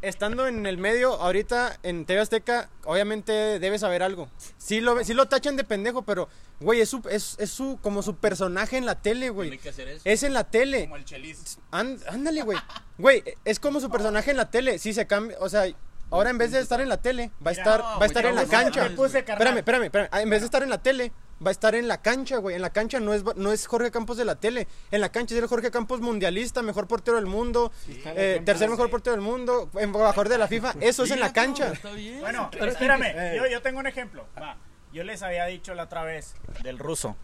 Estando en el medio, ahorita en TV Azteca, obviamente debe saber algo. Sí lo, ve- sí lo tachan de pendejo, pero, güey, es su, es, es su, como su personaje en la tele, güey. Es en la tele. Como el Chelis. Án- ándale, güey. Güey, es como su personaje en la tele. Sí se cambia, o sea, ahora en vez de estar en la tele, va a estar, va a estar en la cancha. Me puse, carnal. Espérame, espérame, espérame. Ah, En vez de estar en la tele, va a estar en la cancha, güey. En la cancha no es, no es Jorge Campos de la tele. En la cancha es el Jorge Campos mundialista, mejor portero del mundo, eh, tercer mejor portero del mundo, embajador de la FIFA. Pues Eso es en la cancha. Está bien. Bueno, pero espérame, yo, yo tengo un ejemplo. Va. Yo les había dicho la otra vez del ruso.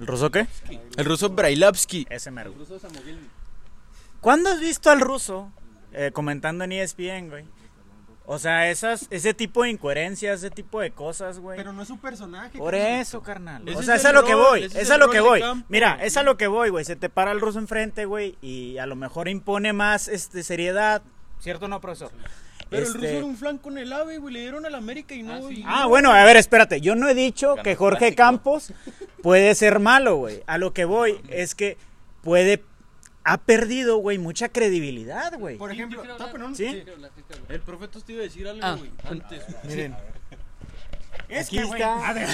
¿El ruso qué? El ruso Brailovsky. Ese mero. El ruso ¿Cuándo has visto al ruso eh, comentando en ESPN, güey? O sea, esas, ese tipo de incoherencias, ese tipo de cosas, güey. no es su personaje. Por eso, carnal. Ese O es sea, es el a lo que rol, voy. ese Es, es a el lo rol que de voy. campo. Mira, es a lo que voy, güey. Se te para el ruso enfrente, güey. Y a lo mejor impone más este, seriedad. ¿Cierto o no, profesor? Pero el Este- ruso era un flan con el ave, güey. Le dieron al América y no, güey. Ah, bueno, a ver, espérate. Yo no he dicho Ganó que el Jorge clásico. Campos puede ser malo, güey. A lo que voy es que puede. Ha perdido, güey, mucha credibilidad, güey. Por ejemplo, quiero hablar. Ah, pero no- ¿Sí? El profeta te iba a decir algo, Ah, güey. Antes. Miren, Es Aquí que, güey, está. a ver,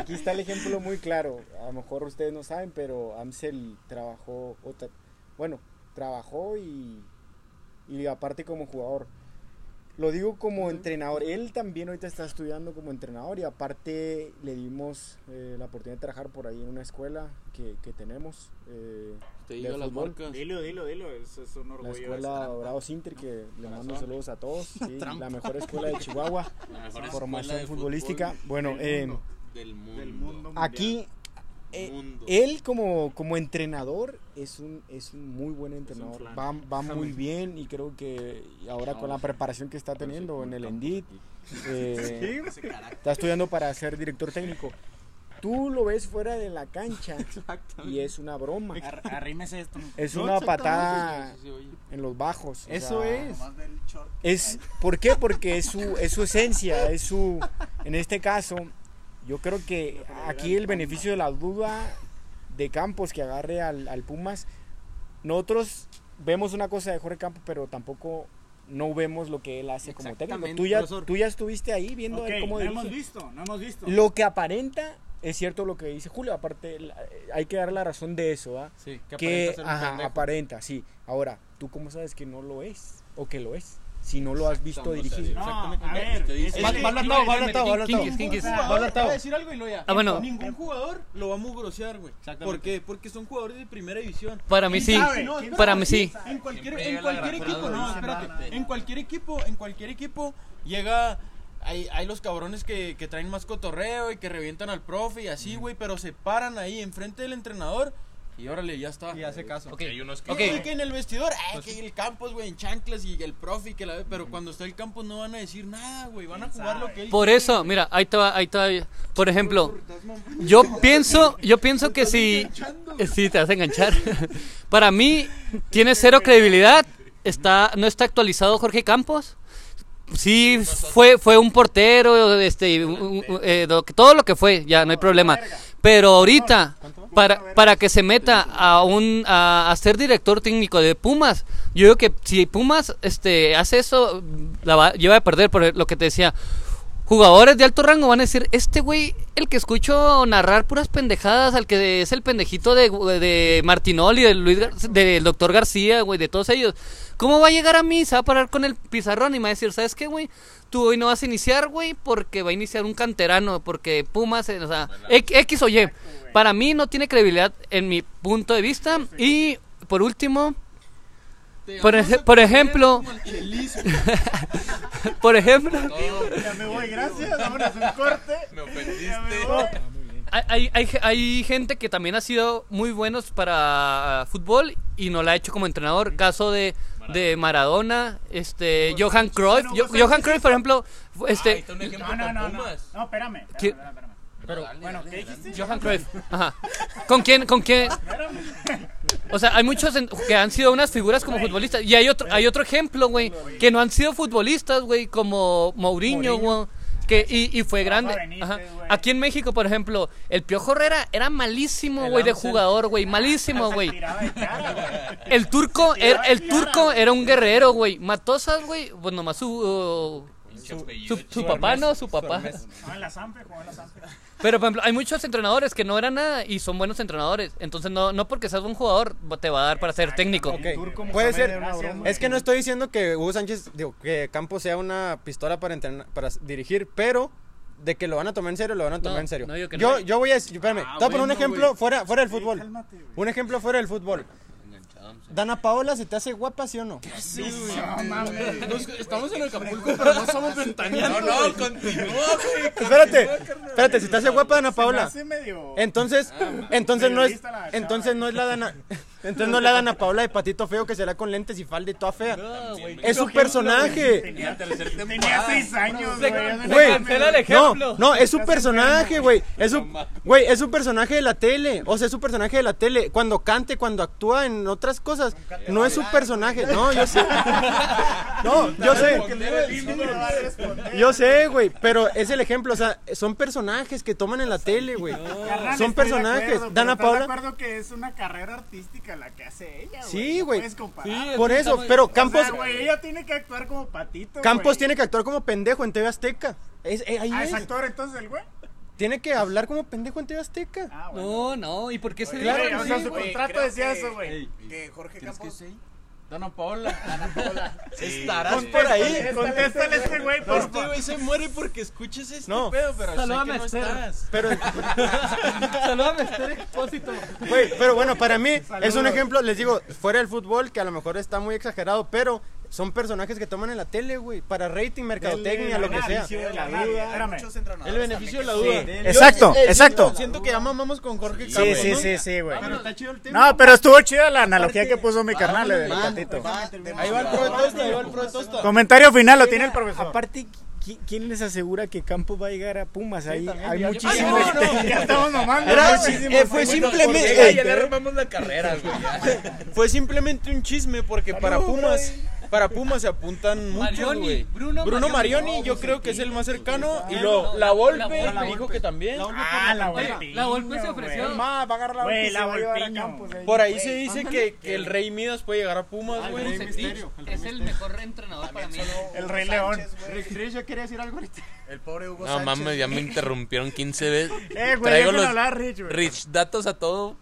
Aquí está el ejemplo muy claro. A lo mejor ustedes no saben, pero Amsel trabajó, o tra- bueno, trabajó y, y aparte como jugador. Lo digo como entrenador. Él también ahorita está estudiando como entrenador y aparte le dimos eh, la oportunidad de trabajar por ahí en una escuela que, que tenemos. eh, Te de digo las fútbol. marcas. Dilo, dilo, dilo. Es, es un este La orgullo. escuela Dorado Sinter, que le mando saludos a todos. sí, la mejor escuela de Chihuahua. La mejor escuela Formación de futbolística. fútbol Bueno, eh, Del mundo. Del mundo aquí eh, Mundo. él como, como entrenador es un, es un muy buen entrenador. flan. Va, va muy bien y creo que ahora con la preparación que está teniendo en el Endit, eh, está estudiando para ser director técnico. Tú lo ves fuera de la cancha y es una broma. ar- arrímese esto. Es una patada en los bajos. o Eso sea, es. es ¿por qué? Porque es su es su esencia, es su en este caso yo creo que aquí el beneficio de la duda de Campos que agarre al, al Pumas nosotros vemos una cosa de Jorge Campos, pero tampoco no vemos lo que él hace como técnico. Exactamente, Tú ya, profesor. tú ya estuviste ahí viendo a Ok, él cómo no dirige. hemos visto, no hemos visto. Lo que aparenta es cierto lo que dice Julio. Aparte, la- eh, hay que dar la razón de eso, ¿ah? Sí, que aparenta ser un ajá, pendejo. aparenta, sí. Ahora, ¿tú cómo sabes que no lo es o que lo es? Si no lo has visto o sea, dirigido. no, Exactamente. a ver. Estoy es diciendo- que- Va va atado, va atado, va atado. Kinkies, Kinkies. Va Va atado. a decir algo y lo ya. Ah, bueno. Ningún jugador lo va a mugrosear, güey. ¿Por qué? Porque son jugadores de primera división. Para mí sí. No, espérate, Para mí sí. En cualquier, Siempre en cualquier llega la equipo, no, espérate. En cualquier equipo, en cualquier equipo llega. Hay, hay los cabrones que, que traen más cotorreo y que revientan al profe y así, güey, pero se paran ahí enfrente del entrenador y órale, ya está. Y hace caso. Ok. Hay unos que. Pues Ok. Y que en el vestidor, ay, que el Campos, güey, en chanclas y el profe y que la pero cuando está el Campos no van a decir nada, güey, van a jugar lo que él Por eso, mira, ahí todavía, ahí todavía. Por ejemplo, yo pienso, yo pienso que si, si te vas a enganchar. Para mí tiene cero credibilidad. Está, no está actualizado Jorge Campos. Sí, fue, fue un portero, este, un- un- eh, lo que- todo lo que fue, ya no hay problema. Pero ahorita, para, para que se meta a un a, a ser director técnico de Pumas, yo creo que si Pumas este hace eso, la va, lleva a perder por lo que te decía jugadores de alto rango van a decir, este güey, el que escucho narrar puras pendejadas, al que es el pendejito de, de Martinoli, de Luis Gar- del doctor García, güey, de todos ellos. ¿Cómo va a llegar a mí? Se va a parar con el pizarrón y me va a decir, ¿sabes qué, güey? Tú hoy no vas a iniciar, güey, porque va a iniciar un canterano, porque Pumas, eh, o sea, X, X o Y. Para mí no tiene credibilidad en mi punto de vista. Y, por último... Te Por, vamos ej- a por coger ejemplo, como el que liso. por ejemplo, Ya me voy, gracias. Vámonos un corte. Me ofendiste. Hay- Hay, hay, ge- hay gente que también ha sido muy buenos para fútbol y no la ha hecho como entrenador. Caso de de Maradona, este Johan Cruyff, Bueno, Yo- pues, Johan Cruyff, por ejemplo, fu- Ah, ahí este está un No, ejemplo no, con no, no. Pumas. No, espérame. espérame, ¿Qué? espérame, espérame. Bueno, ¿qué dijiste? Johan Cruyff, ajá. ¿Con quién con quién? O sea, hay muchos en- que han sido unas figuras como futbolistas y hay otro hay otro ejemplo, güey, que no han sido futbolistas, güey, como Mourinho, güey, que y, y fue grande. Benítez, Ajá. güey. Aquí en México, por ejemplo, el Piojo Herrera era malísimo, El güey, de Amsel. jugador, güey, malísimo, Se güey. tiraba de cara, güey. El turco, Se era, tiraba el de turco cara. era un guerrero, güey. Matosas, güey. Pues nomás su, Pinche apellido, su, su papá, ¿no? Su papá. Jugaba en la Zampe, jugaba en la Zampe. Pero, por ejemplo, hay muchos entrenadores que no eran nada y son buenos entrenadores. Entonces, no, no porque seas un jugador te va a dar para ser técnico. Ok. Turco Puede Mohamed ser. era una broma. Es que no estoy diciendo que Hugo Sánchez, digo, que Campos sea una pistola para entrenar, para dirigir, pero de que lo van a tomar en serio, lo van a tomar No, en serio. no digo que no. Ah, yo, yo voy a decir, espérame, te voy a poner un bueno, ejemplo güey. fuera, fuera del fútbol. un ejemplo fuera del fútbol. Dana Paola se te hace guapa, ¿sí o no? Nos- estamos en Acapulco, pero no somos No, ventaneando. no, continúa, güey. espérate, espérate, se te hace guapa Dana Paola. Hace medio. Entonces, entonces no es, Ah, periodista la chava. entonces no es la Dana, entonces no es la Dana Paola de patito feo que será con lentes y falda y toda fea. Es su personaje. Tenía tercer Tenía temporada. seis años, Se- güey. no se mames. cancela el ejemplo. No, no, es su personaje, güey. Es su, güey, es su personaje de la tele. O sea, es su personaje de la tele. Cuando cante, cuando actúa en otras cosas, no es su personaje. No, yo sé. No, yo sé. Yo sé, güey. Pero es el ejemplo. O sea, son personajes que toman en la tele, güey. Carnal, Son estoy de personajes. acuerdo, pero Dana ¿estás de Paola- acuerdo que es una carrera artística la que hace ella, güey. Sí, No güey. puedes comparar. Por eso, pero Campos, O sea, güey, ella tiene que actuar como patito. Campos güey. tiene que actuar como pendejo en TV Azteca. Es, eh, ahí Ah, es es. actor entonces el güey. Tiene que hablar como pendejo en TV Azteca. Ah, No, bueno. no. ¿Y por qué se Claro, dejan o así, sea, su güey? contrato decía eso, güey. Ey, Que Jorge ¿Tienes que Campos. ser? Dana Paola. Dana Paola. Estarás Por ahí. Contéstale a este güey, por Este güey se muere porque escuches este No. pedo, pero sé Salúdame, que no Esther. estás. Pero Salúdame, Esther Expósito. Güey, pero bueno, para mí es un ejemplo, les digo, fuera del fútbol, que a lo mejor está muy exagerado, pero son personajes que toman en la tele, güey, para rating, mercadotecnia, lo que sea. de la duda. Hay Espérame. muchos entrenadores. El beneficio de la duda. Exacto, Yo- eh, exacto. Siento que ya mamamos con Jorge Sí, Campos, sí, ¿no? sí, sí, güey. Pero está chido el tema. No, pero estuvo chida la analogía que puso Ah, mi carnal, el patito. Ahí va el pro de tosta, ahí va el pro de este tosta. Comentario final lo tiene el profesor. Aparte, ¿qui- ¿quién les asegura que Campos va a llegar a Pumas? Ahí hay Ay, muchísimos. no, no. Ya estamos nomando. Era- güey. eh, fue Ya eh, simplemente le armamos la carrera, güey. ya. fue simplemente un chisme porque para Pumas Para Puma se apuntan muchos, Marioni, güey. Bruno Bruno Marioni. Marioni, yo creo que es el más cercano. Y No, luego no, la la Volpe Volpe. dijo que también. Ah, la Oye, Volpiño, la Volpe se güey. ofreció. Ah, va a agarrar la Güey, Volpe y la se va a llevar a Volpiño. Campos, ahí. Por ahí se dice que, que el Rey Midas puede llegar a Pumas, Bruno güey. Bucetich es el mejor entrenador para mí. El Rey León. yo quería decir algo ahorita. El pobre Hugo No Sánchez. mames, ya me interrumpieron 15 veces. Eh, güey, Traigo déjalo los hablar, Rich, güey. rich datos a todo.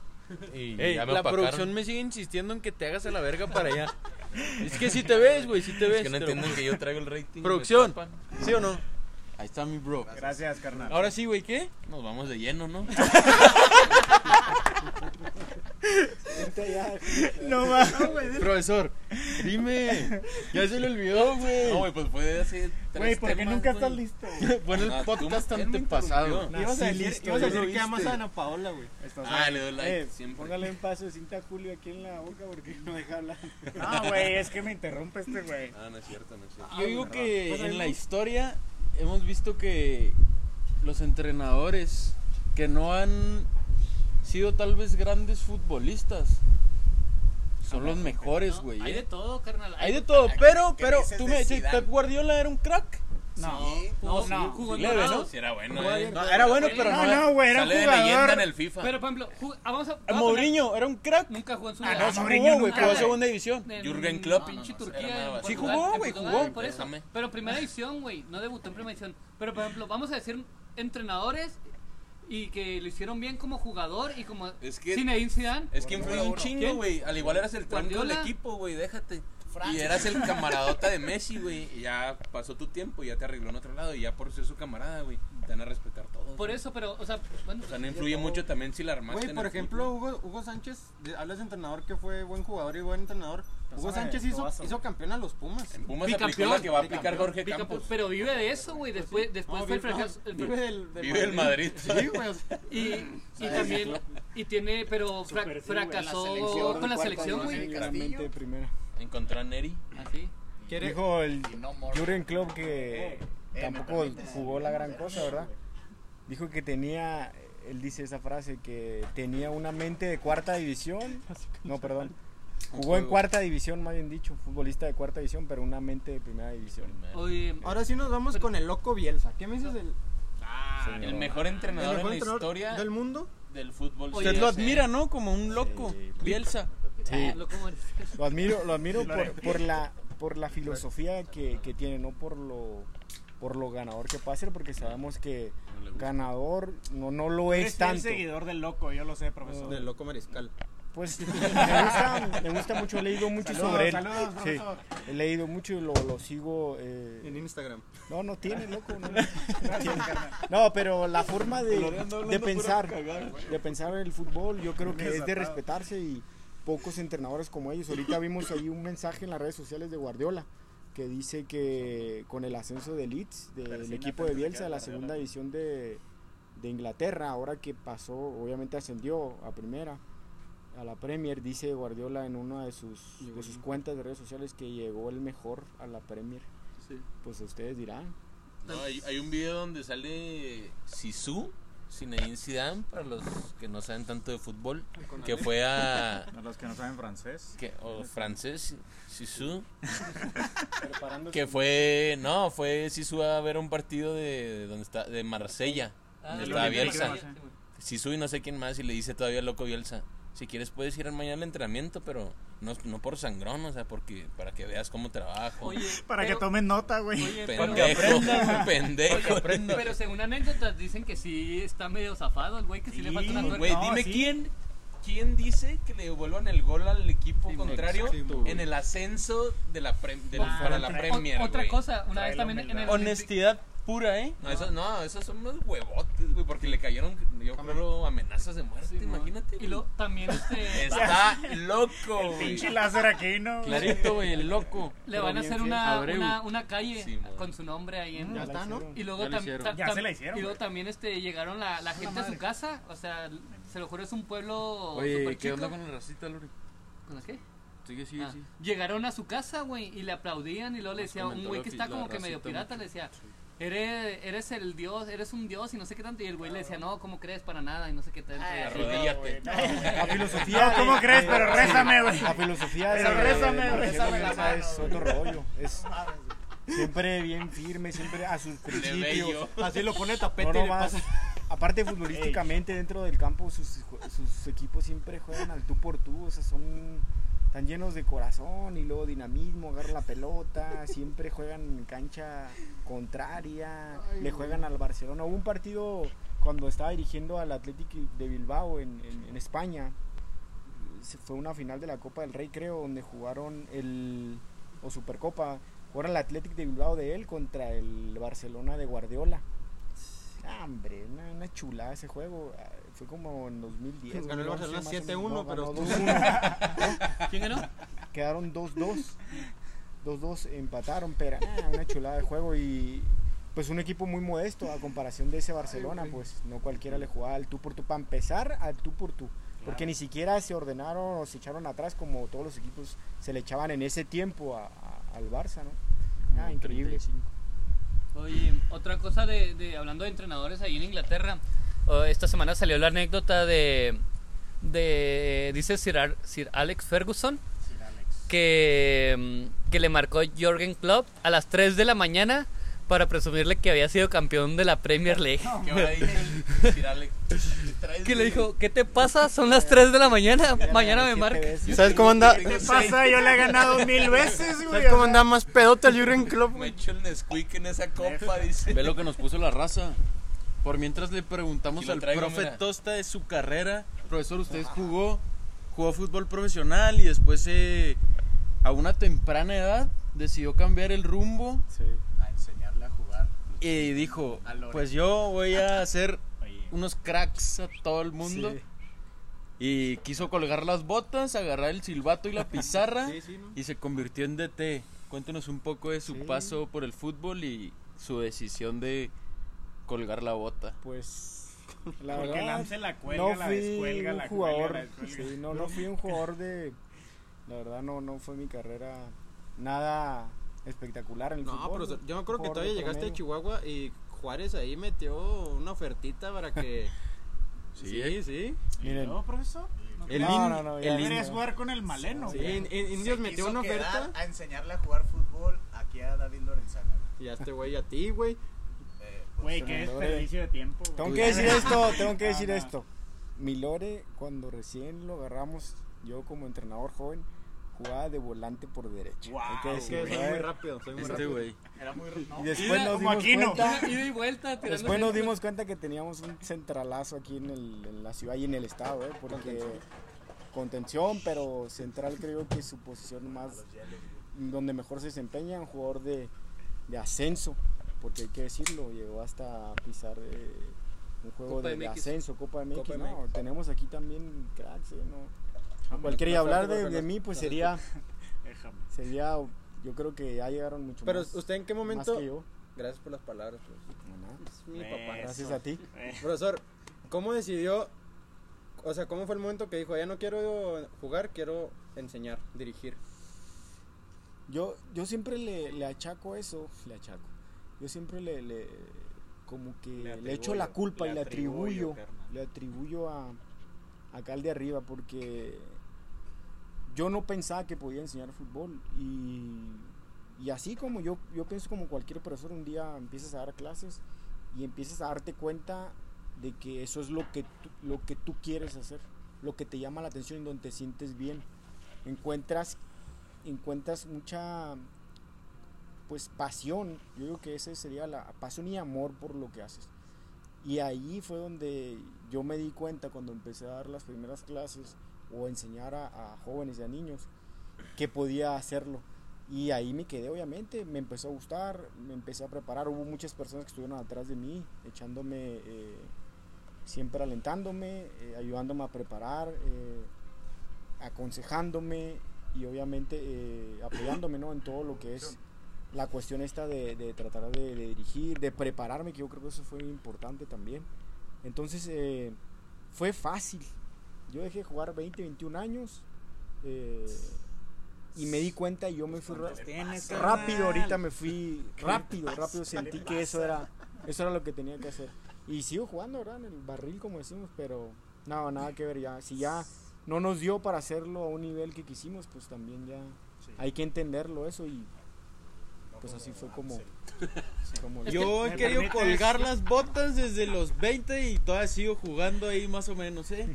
Y Ey, ya me la opacaron. producción me sigue insistiendo en que te hagas a la verga para allá. Es que si te ves, güey, si te ves. Es que no te lo- entienden que yo traigo el rating. Producción. me tapan. ¿Sí o no? Ahí está mi bro. Gracias, carnal. Ahora sí, güey, ¿qué? Nos vamos de lleno, ¿no? No mames. Profesor, dime. Ya se le olvidó, güey. No, güey, pues fue Ah, así. Güey, porque nunca estás listo. Bueno, el podcast antepasado. Ibas a Sí, decir, listo, ibas a ya decir lo que amas viste. a Ana Paola, güey. Ah, le doy like Eh, siempre. Póngale un paso de cinta a Julio aquí en la boca porque no deja hablar. No, güey, es que me interrumpe este güey. Ah, no es cierto, no es cierto. Yo digo que en la historia hemos visto que los entrenadores que no han sido tal vez grandes futbolistas son los mejores, No, güey. Hay ¿eh? de todo, carnal. Hay de todo, pero, ¿Qué pero, dices tú de me dices, Zidane? Pep Guardiola era un crack. No. No, No, sí, jugó en leve, Dorados. ¿no? Sí, era bueno, Juega eh. bien. No, era bueno, pero no. No, era- no, güey, era un Sale de leyenda en jugador. el FIFA. Pero, por ejemplo, ju- ah, vamos a. vamos a poner- Mourinho era un crack. Nunca jugó en su Ah, vida. no, Sí Mourinho jugó, güey, nunca, jugó a güey. segunda división. En Jürgen Klopp. Pinche No, no, no, era Turquía. nada en más. Sí Portugal, jugó, en güey, Portugal, jugó. Por eso. Déjame. Pero primera edición, güey. No debutó en primera edición. Pero, por ejemplo, vamos a decir entrenadores y que lo hicieron bien como jugador y como Es que- Zinedine Zidane. Es que influye un chingo, güey. Al igual eras el tronco del Guardiola. equipo, güey. Déjate. Y eras el camaradota de Messi, güey. Y ya pasó tu tiempo, y ya te arregló en otro lado. Y ya por ser su camarada, güey. Te van a respetar todo. Por eso, pero, o sea, bueno. O sea, no influye mucho también si la armaste. Güey, en por el ejemplo, fútbol. Hugo, Hugo Sánchez, de- hablas de entrenador que fue buen jugador y buen entrenador. Hugo Sánchez hizo, hizo campeón a los Pumas. En Pumas aplicó Bicampeón, la que va a aplicar Jorge pica- Campos. Pero vive de eso, güey. Después, después No, fue el vive- fracaso. no, el- vive del, del Vive el Madrid. Sí, güey. o sea, Y, y también, y tiene, pero fra- fracasó con la selección, güey. Claramente de primera. Encontró a Neri. Así. Dijo el No, morro. Jurgen Klopp que tampoco jugó la gran cosa, ¿verdad? Dijo que tenía, él dice esa frase, que tenía una mente de cuarta división. No, perdón. Jugó en cuarta división, más bien dicho, futbolista de cuarta división, pero una mente de primera división. Oye, Ahora sí nos vamos con el loco Bielsa. ¿Qué me dices del El mejor el entrenador mejor en la entrenador historia del mundo? del fútbol. Oye, Usted lo ya admira, ¿no? Como un loco. Sí. Bielsa. ah, loco, man. Lo admiro, lo admiro por, por la, por la filosofía que, que tiene, no por lo, por lo ganador que puede ser, porque sabemos que ganador no, no lo es tan tanto. seguidor del loco, yo lo sé, profesor. Del loco mariscal. Pues me gusta, me gusta mucho, he leído mucho sobre él. Sí, he leído mucho y lo, lo sigo. eh, En Instagram. No, no tiene, loco. No, no tiene. No, pero la forma de, de pensar, de pensar el fútbol, yo creo que es de respetarse y pocos entrenadores como ellos. Ahorita vimos ahí un mensaje en las redes sociales de Guardiola que dice que con el ascenso de Leeds, del equipo de Bielsa, a la segunda división de, de Inglaterra, ahora que pasó, obviamente ascendió a primera, a la Premier, dice Guardiola en una de sus, de sus cuentas de redes sociales que llegó el mejor a la Premier. Pues ustedes dirán. No, hay, hay un video donde sale Sisu, Zinedine Zidane, para los que no saben tanto de fútbol, que fue a... A los que no saben francés. que- o francés, Sisu, que fue... No, fue Sisu a ver un partido de, donde está, de Marsella, Ah, donde el estaba Olympique de Bielsa. Marsella, güey. Sisu y no sé quién más y le dice todavía loco Bielsa, si quieres puedes ir mañana al entrenamiento, pero no, no por sangrón, o sea, porque para que veas cómo trabajo. Oye, Para pero- que tomen nota, güey. Oye, pero, pendejo, pendejo. pero según anécdotas dicen que sí está medio zafado el güey, que sí, le falta una tuerca. Güey, No, dime sí. quién quién dice que le devuelvan el gol al equipo contrario en el ascenso de la pre- del- Ah, para la o- Premier. Otra güey. cosa, una vez también en el Honestidad pura, ¿eh? No, eso, no, esos son unos huevotes, güey, porque le cayeron, yo creo, amenazas de muerte, Sí, man. imagínate. Y luego también este, Está loco, güey. Pinche láser aquí, ¿no? Clarito, güey, el loco. le van a hacer una, una, una calle Sí, man. con su nombre ahí Mm. en, Ya está, ¿no? Y luego Ya lo tam- hicieron. ta- Ya tam- se la hicieron, Y luego güey. también este, llegaron la, la gente a su casa. O sea, se lo juro, es un pueblo. Oye, súper ¿qué chico. onda con la racita, Lori? ¿Con la qué? Sigue, sigue, Ah, sigue. Llegaron a su casa, güey, y le aplaudían. Y luego le decía, un güey que está como que medio pirata, le decía, eres, eres el dios, eres un dios y no sé qué tanto. Y el güey le decía, no, ¿cómo crees? Para nada y no sé qué tanto. Ah, Y así, Arrodíllate. A filosofía. No, ¿cómo de- crees? de- Pero rézame, güey. A filosofía. de- Pero de- rézame, de- de- güey. de- Rézame la o sea, Es otro rollo. Es siempre bien firme, siempre a sus principios. Así lo pone tapete No, y no le más. pasa. Aparte, futbolísticamente, dentro del campo, sus, sus equipos siempre juegan al tú por tú. O sea, son tan llenos de corazón y luego dinamismo, agarran la pelota. Siempre juegan en cancha contraria. le juegan al Barcelona. Hubo un partido cuando estaba dirigiendo al Athletic de Bilbao en, en- en España. se- Fue una final de la Copa del Rey, creo, donde jugaron el. o Supercopa. Jugaron el Athletic de Bilbao de él contra el Barcelona de Guardiola. Ah, hombre, una, una chulada ese juego. Ah, Fue como en 2010. Ganó el 2011, Barcelona más o 7-1, menos. No, pero ganó estuvo- 2-1. ¿Quién ganó? Quedaron 2-2. 2-2 empataron, pero ah, una chulada de juego y pues un equipo muy modesto a comparación de ese Barcelona, pues no cualquiera le jugaba al tú por tú para empezar al tú por tú, porque ni siquiera se ordenaron o se echaron atrás como todos los equipos se le echaban en ese tiempo a- a- al Barça, ¿no? Ah, increíble. Oye, otra cosa de, de- hablando de entrenadores ahí en Inglaterra. eh, esta semana salió la anécdota de, de dice Sir, Ar- Sir Alex Ferguson que, mm, que le marcó Jorgen Klopp a las 3 de la mañana para presumirle que había sido campeón de la Premier League. ¿Qué habrá dicho el Sir Alex? Que le dijo, "¿Qué te pasa? Son las 3 de la mañana, mañana me Siete marca." veces. ¿Sabes cómo anda? Tengo seis. pasa? Yo le he ganado mil veces, güey. ¿Sabes cómo anda más pedote el Jurgen Klopp? Me echo el Nesquik en esa copa, dice. Ve lo que nos puso la raza. Por mientras le preguntamos Aquí lo al traigo, profe mira. Tosta de su carrera. Profesor, usted jugó, jugó fútbol profesional y después eh, a una temprana edad decidió cambiar el rumbo A enseñarle a jugar. y dijo, Al Lore. pues yo voy a hacer unos cracks a todo el mundo. Sí. Y quiso colgar las botas, agarrar el silbato y la pizarra Sí, sí, ¿no? y se convirtió en DT. Cuéntenos un poco de su Sí. paso por el fútbol y su decisión de colgar la bota. Pues la Porque verdad Lam se la cuelga, no la fui descuelga, un la cuelga, jugador, la descuelga. sí, no, no fui un jugador de la verdad no no fue mi carrera nada espectacular en el No, fútbol. pero se- yo me acuerdo que Jugador todavía de llegaste a promedio. Chihuahua y Juárez ahí metió una ofertita para que. Sí, sí, sí. Miren, ¿No, profesor? El No, in- no, no, ya el no. in- ¿Quieres jugar con el maleno? sí, güey? in- in- Indios Se metió quiso una quedar oferta. A enseñarle a jugar fútbol aquí a David Lorenzana. Y a este güey, y a ti, güey. Eh, pues, Güey, qué desperdicio de tiempo. güey. tengo que decir esto, tengo que Ah, decir no. esto. Milore cuando recién lo agarramos yo como entrenador joven jugaba de volante por derecha. Hay que Wow. Es que decirlo, soy muy ¿eh? rápido, soy muy Este rápido. güey. Era muy... r- no, Y después nos como dimos Aquino. cuenta Ida y vuelta, tirando Después nos centros. dimos cuenta que teníamos un centralazo aquí en, el- en la ciudad y en el estado, ¿eh? Porque contención, pero central creo que es su posición más donde mejor se desempeña, un jugador de, de ascenso, porque hay que decirlo, llegó hasta pisar eh, un juego Copa de, MX. ascenso, Copa MX, Copa no, MX. tenemos aquí también cracks, ¿eh? No. Cualquiera y hablar de, de mí, pues sería, Déjame. sería, yo creo que ya llegaron mucho Pero, más. ¿usted en qué más momento? que yo. Gracias por las palabras, pues. No, nada, Es mi Eso. papá. Gracias a ti. Profesor, ¿cómo decidió? O sea, ¿cómo fue el momento que dijo, ya no quiero jugar, quiero enseñar, dirigir? Yo, yo siempre le, le achaco eso, le achaco. Yo siempre le, le- como que le, echo la culpa y le atribuyo, le atribuyo a, a acá al de arriba porque yo no pensaba que podía enseñar fútbol y, y así como yo, yo pienso como cualquier profesor, un día empiezas a dar clases y empiezas a darte cuenta de que eso es lo que tú, lo que tú quieres hacer, lo que te llama la atención, donde te sientes bien. Encuentras encuentras mucha pues pasión, yo digo que ese sería la pasión y amor por lo que haces. Y ahí fue donde yo me di cuenta cuando empecé a dar las primeras clases o a enseñar a, a jóvenes y a niños que podía hacerlo. Y ahí me quedé, obviamente, me empezó a gustar, me empecé a preparar. Hubo muchas personas que estuvieron atrás de mí, echándome, eh, siempre alentándome, eh, ayudándome a preparar, eh, aconsejándome y obviamente eh, apoyándome ¿no? en todo lo que es la cuestión esta de, de tratar de, de dirigir, de prepararme, que yo creo que eso fue importante también. Entonces eh, fue fácil. Yo dejé de jugar 20, 21 años. eh, y me di cuenta y yo me fui ra- Tienes rápido, ahorita me fui rápido, rápido sentí que eso era eso era lo que tenía que hacer. Y sigo jugando, ¿verdad? En el barril como decimos, pero no, nada que ver ya. Si ya no nos dio para hacerlo a un nivel que quisimos, pues también ya hay que entenderlo eso y pues así fue como como Yo ¿Me he querido permites? colgar las botas desde los 20 y todavía sigo jugando ahí más o menos, ¿eh?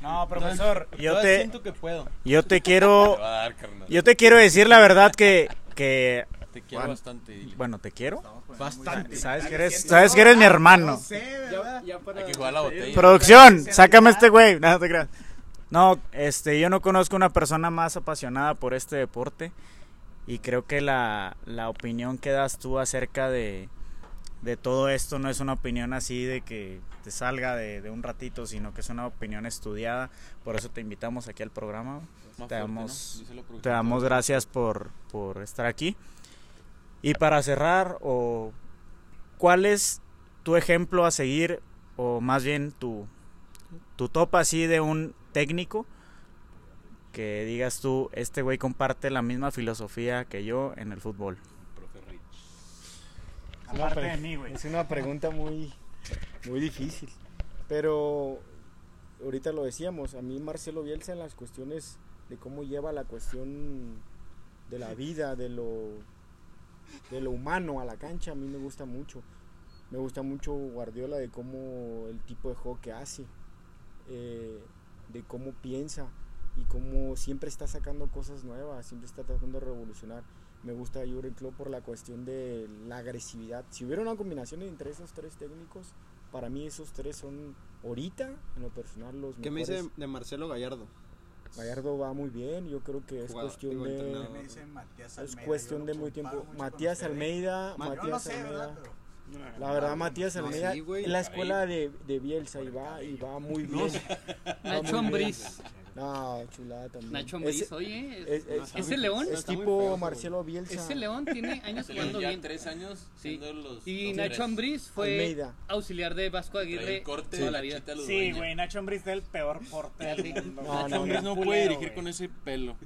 No, profesor, yo Todavía te, siento que puedo. yo te quiero, va a dar, carnal. yo te quiero decir la verdad que, que Te quiero Juan. bastante. dile. bueno, te quiero. Bastante. Sabes que eres, sabes que eres mi hermano. Ya, ya para Hay que jugar a la botella. Producción, sácame a este güey. No, no te creas. No, este, yo no conozco una persona más apasionada por este deporte y creo que la, la opinión que das tú acerca de, de todo esto no es una opinión así de que te salga de, de un ratito, sino que es una opinión estudiada. Por eso te invitamos aquí al programa. Más Te fuerte, damos- ¿no? Díselo, Te productor. damos gracias por, por estar aquí. Y para cerrar, o ¿cuál es tu ejemplo a seguir, o más bien tu, tu top así de un técnico? Que digas tú, este güey comparte la misma filosofía que yo en el fútbol. Aparte de mí, Es una pregunta muy, muy difícil. Pero ahorita lo decíamos, a mí Marcelo Bielsa en las cuestiones de cómo lleva la cuestión de la vida, de lo, de lo humano a la cancha, a mí me gusta mucho. Me gusta mucho Guardiola de cómo el tipo de juego que hace, eh, de cómo piensa y cómo siempre está sacando cosas nuevas, siempre está tratando de revolucionar. Me gusta Jurgen Klopp por la cuestión de la agresividad. Si hubiera una combinación entre esos tres técnicos, para mí esos tres son ahorita, en lo personal, los ¿Qué me mejores. dice de Marcelo Gallardo? Gallardo va muy bien, yo creo que es Jugador, cuestión digo, de entrenador. Me dice Matías es Almeida, cuestión yo de lo muy comparo tiempo. mucho con Matías Monterrey. Almeida, Yo Matías no sé, Almeida. ¿verdad? Pero- La verdad, Matías No, Almeida sí, güey. es la escuela de, de Bielsa y va, y va muy bien. Nacho Ambriz. No, chulada también. Nacho Ese- Ambriz, oye. e es- Es, es- ese león, Es Está muy tipo feo, güey. Marcelo Bielsa. ese león tiene años jugando Tienen ya bien. tres años Sí. siendo los. Y los Nacho tres. Ambriz fue Almeida. auxiliar de Vasco Trae Aguirre el corte toda de la la vida. chita Sí, Ludueña. güey, Nacho Ambriz es el peor portero del mundo. No, Nacho no, Ambriz no. Este no puede Culero, dirigir güey. con ese pelo.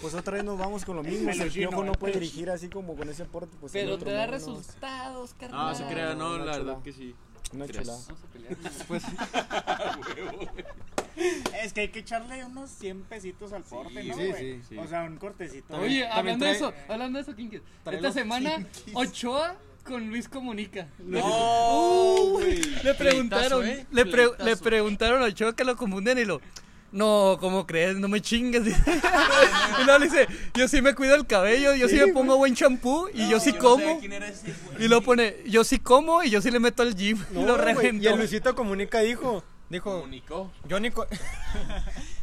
Pues otra vez nos vamos con lo mismo. Si el Peluchino, piojo no el puede Peluch. dirigir así como con ese porte, pues el Pero otro te da no, no, resultados, carnal. No, Ah, se crea, no, no, la chula. verdad que sí. Una chulada. Vamos a pelear. Es que hay que echarle unos 100 pesitos al porte, ¿no, sí, güey? sí, sí. O sea, un cortecito. Oye, también hablando de trae- eso, hablando de eso, Quinkis. trae Esta los semana, Ochoa con Luis Comunica. ¡No, güey! Le Pleitazo, preguntaron, ¿eh? le, pre- Pleitazo. le preguntaron a Ochoa que lo confunden y lo. No, ¿cómo crees? No me chingues. y luego le dice, yo sí me cuido el cabello, yo sí me pongo buen champú y yo sí como. Y lo pone, yo sí como y yo sí le meto al gym. y lo güey, Y reventó. el Luisito Comunica dijo, dijo, Comunicó. yo ni co-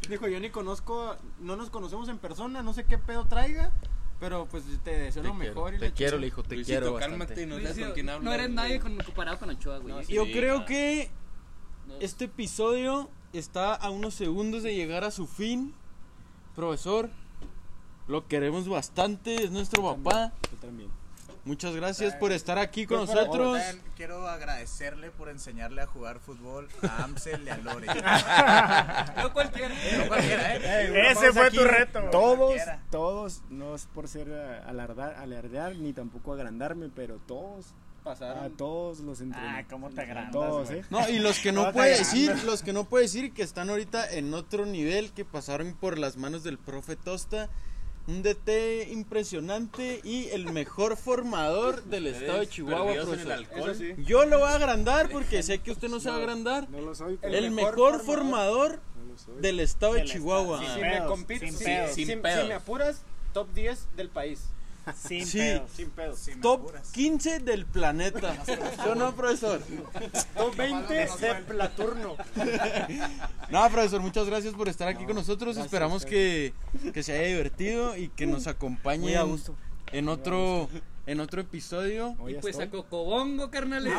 dijo, yo ni conozco, no nos conocemos en persona, no sé qué pedo traiga, pero pues te deseo lo mejor. y la chingada". hijo, te Luisito, cálmate, no sabes Luisito, con quién hablas. no eres güey. nadie con- comparado con Ochoa, güey. Yo Sí, creo nada. que este episodio está a unos segundos de llegar a su fin. Profesor, lo queremos bastante, es nuestro papá. Yo también. Muchas gracias por estar aquí con Yo para- nosotros. Oigan, Quiero agradecerle por enseñarle a jugar fútbol a Amsel y a Lore. No cualquiera. No pues cualquiera, ¿eh? Ese fue tu reto. Todos, Cualquiera. todos, no es por ser eh, alardar, alardear ni tampoco agrandarme, pero todos, a todos los entrené. Ah, cómo te agrandas, Todos, güey. eh. No, y los que no No, puede está grande. decir, los que no puede decir que están ahorita en otro nivel, que pasaron por las manos del profe Tosta, un DT impresionante y el mejor formador del estado de Chihuahua, Perdidos en el profesor. alcohol. Yo lo voy a agrandar porque sé que usted no se va a agrandar. No lo soy, pero El mejor formador no lo soy. del estado de Del Chihuahua. estado, Si sí, me pedos, compites, sin si, pedos. si- Sin si pedos. me apuras, top 10 del país. Sin Sí. pedos. Sin pedos. Si me Top apuras. 15 del planeta. Yo no, profesor. Top 20 de Platurno. No, profesor, muchas gracias por estar aquí con nosotros. Esperamos que, que se haya divertido y que nos acompañe Muy a gusto. en otro en otro episodio. Hoy Y ya pues estoy. a Cocobongo, carnales.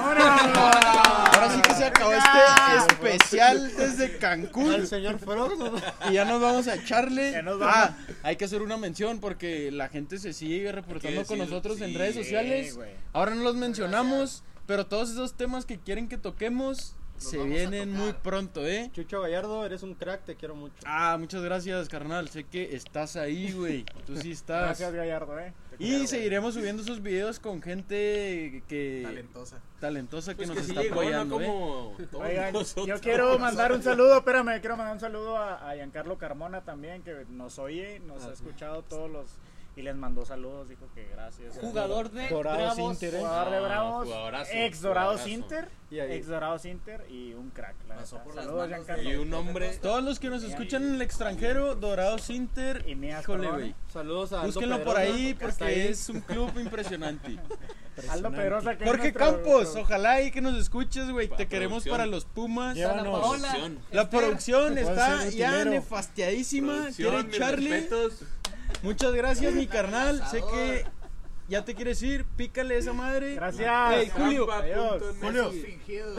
Ahora sí que se acabó este especial desde Cancún Al señor Frog. ¿no? y ya nos vamos a echarle. Ya nos Ah, hay que hacer una mención porque la gente se sigue reportando con decir- nosotros en sí, redes sociales. güey. Ahora no los mencionamos, pero todos esos temas que quieren que toquemos se vienen muy pronto, ¿eh? Chucho Gallardo, eres un crack, te quiero mucho. Ah, muchas gracias, carnal. Sé que estás ahí, güey. Tú sí estás. Gracias, Gallardo, eh. Y seguiremos subiendo esos videos con gente que Talentosa. talentosa que Pues nos que sí está llegó, ¿no? apoyando, ¿eh? Como todos Oigan, nosotros. yo quiero mandar un saludo, espérame, quiero mandar un saludo a, a Giancarlo Carmona también, que nos oye, nos ha escuchado todos los... Y les mandó saludos, dijo que gracias. Jugador de Dorados Bravos. Inter, ¿eh? Jugador de No, Bravos, jugadorazo, ex Dorados jugadorazo. Inter, Y ahí- ex Dorados Inter y un crack. La Pasó neta. por las Saludos, manos Giancarlo. Y un hombre. Todos los que nos escuchan en el extranjero, Dorados Inter, Y Mías, híjole, perdón. güey. Saludos a Aldo Búsquenlo por Pedrosa. ahí Está porque es un club impresionante. Aldo Pedrosa, que es Jorge nuestro- Campos, ojalá y que nos escuches, güey. Pa' Te queremos producción. para los Pumas. Ana Llévanos. Paola, Producción. La Esther, producción Puede está ser ya utilero. nefasteadísima. Producción, Quiere mis echarle. respetos. Muchas gracias, mi carnal. Sé que ya te quieres ir. Pícale esa madre. Gracias. Ey, Julio. Trampa punto Adiós. MX. Fingido.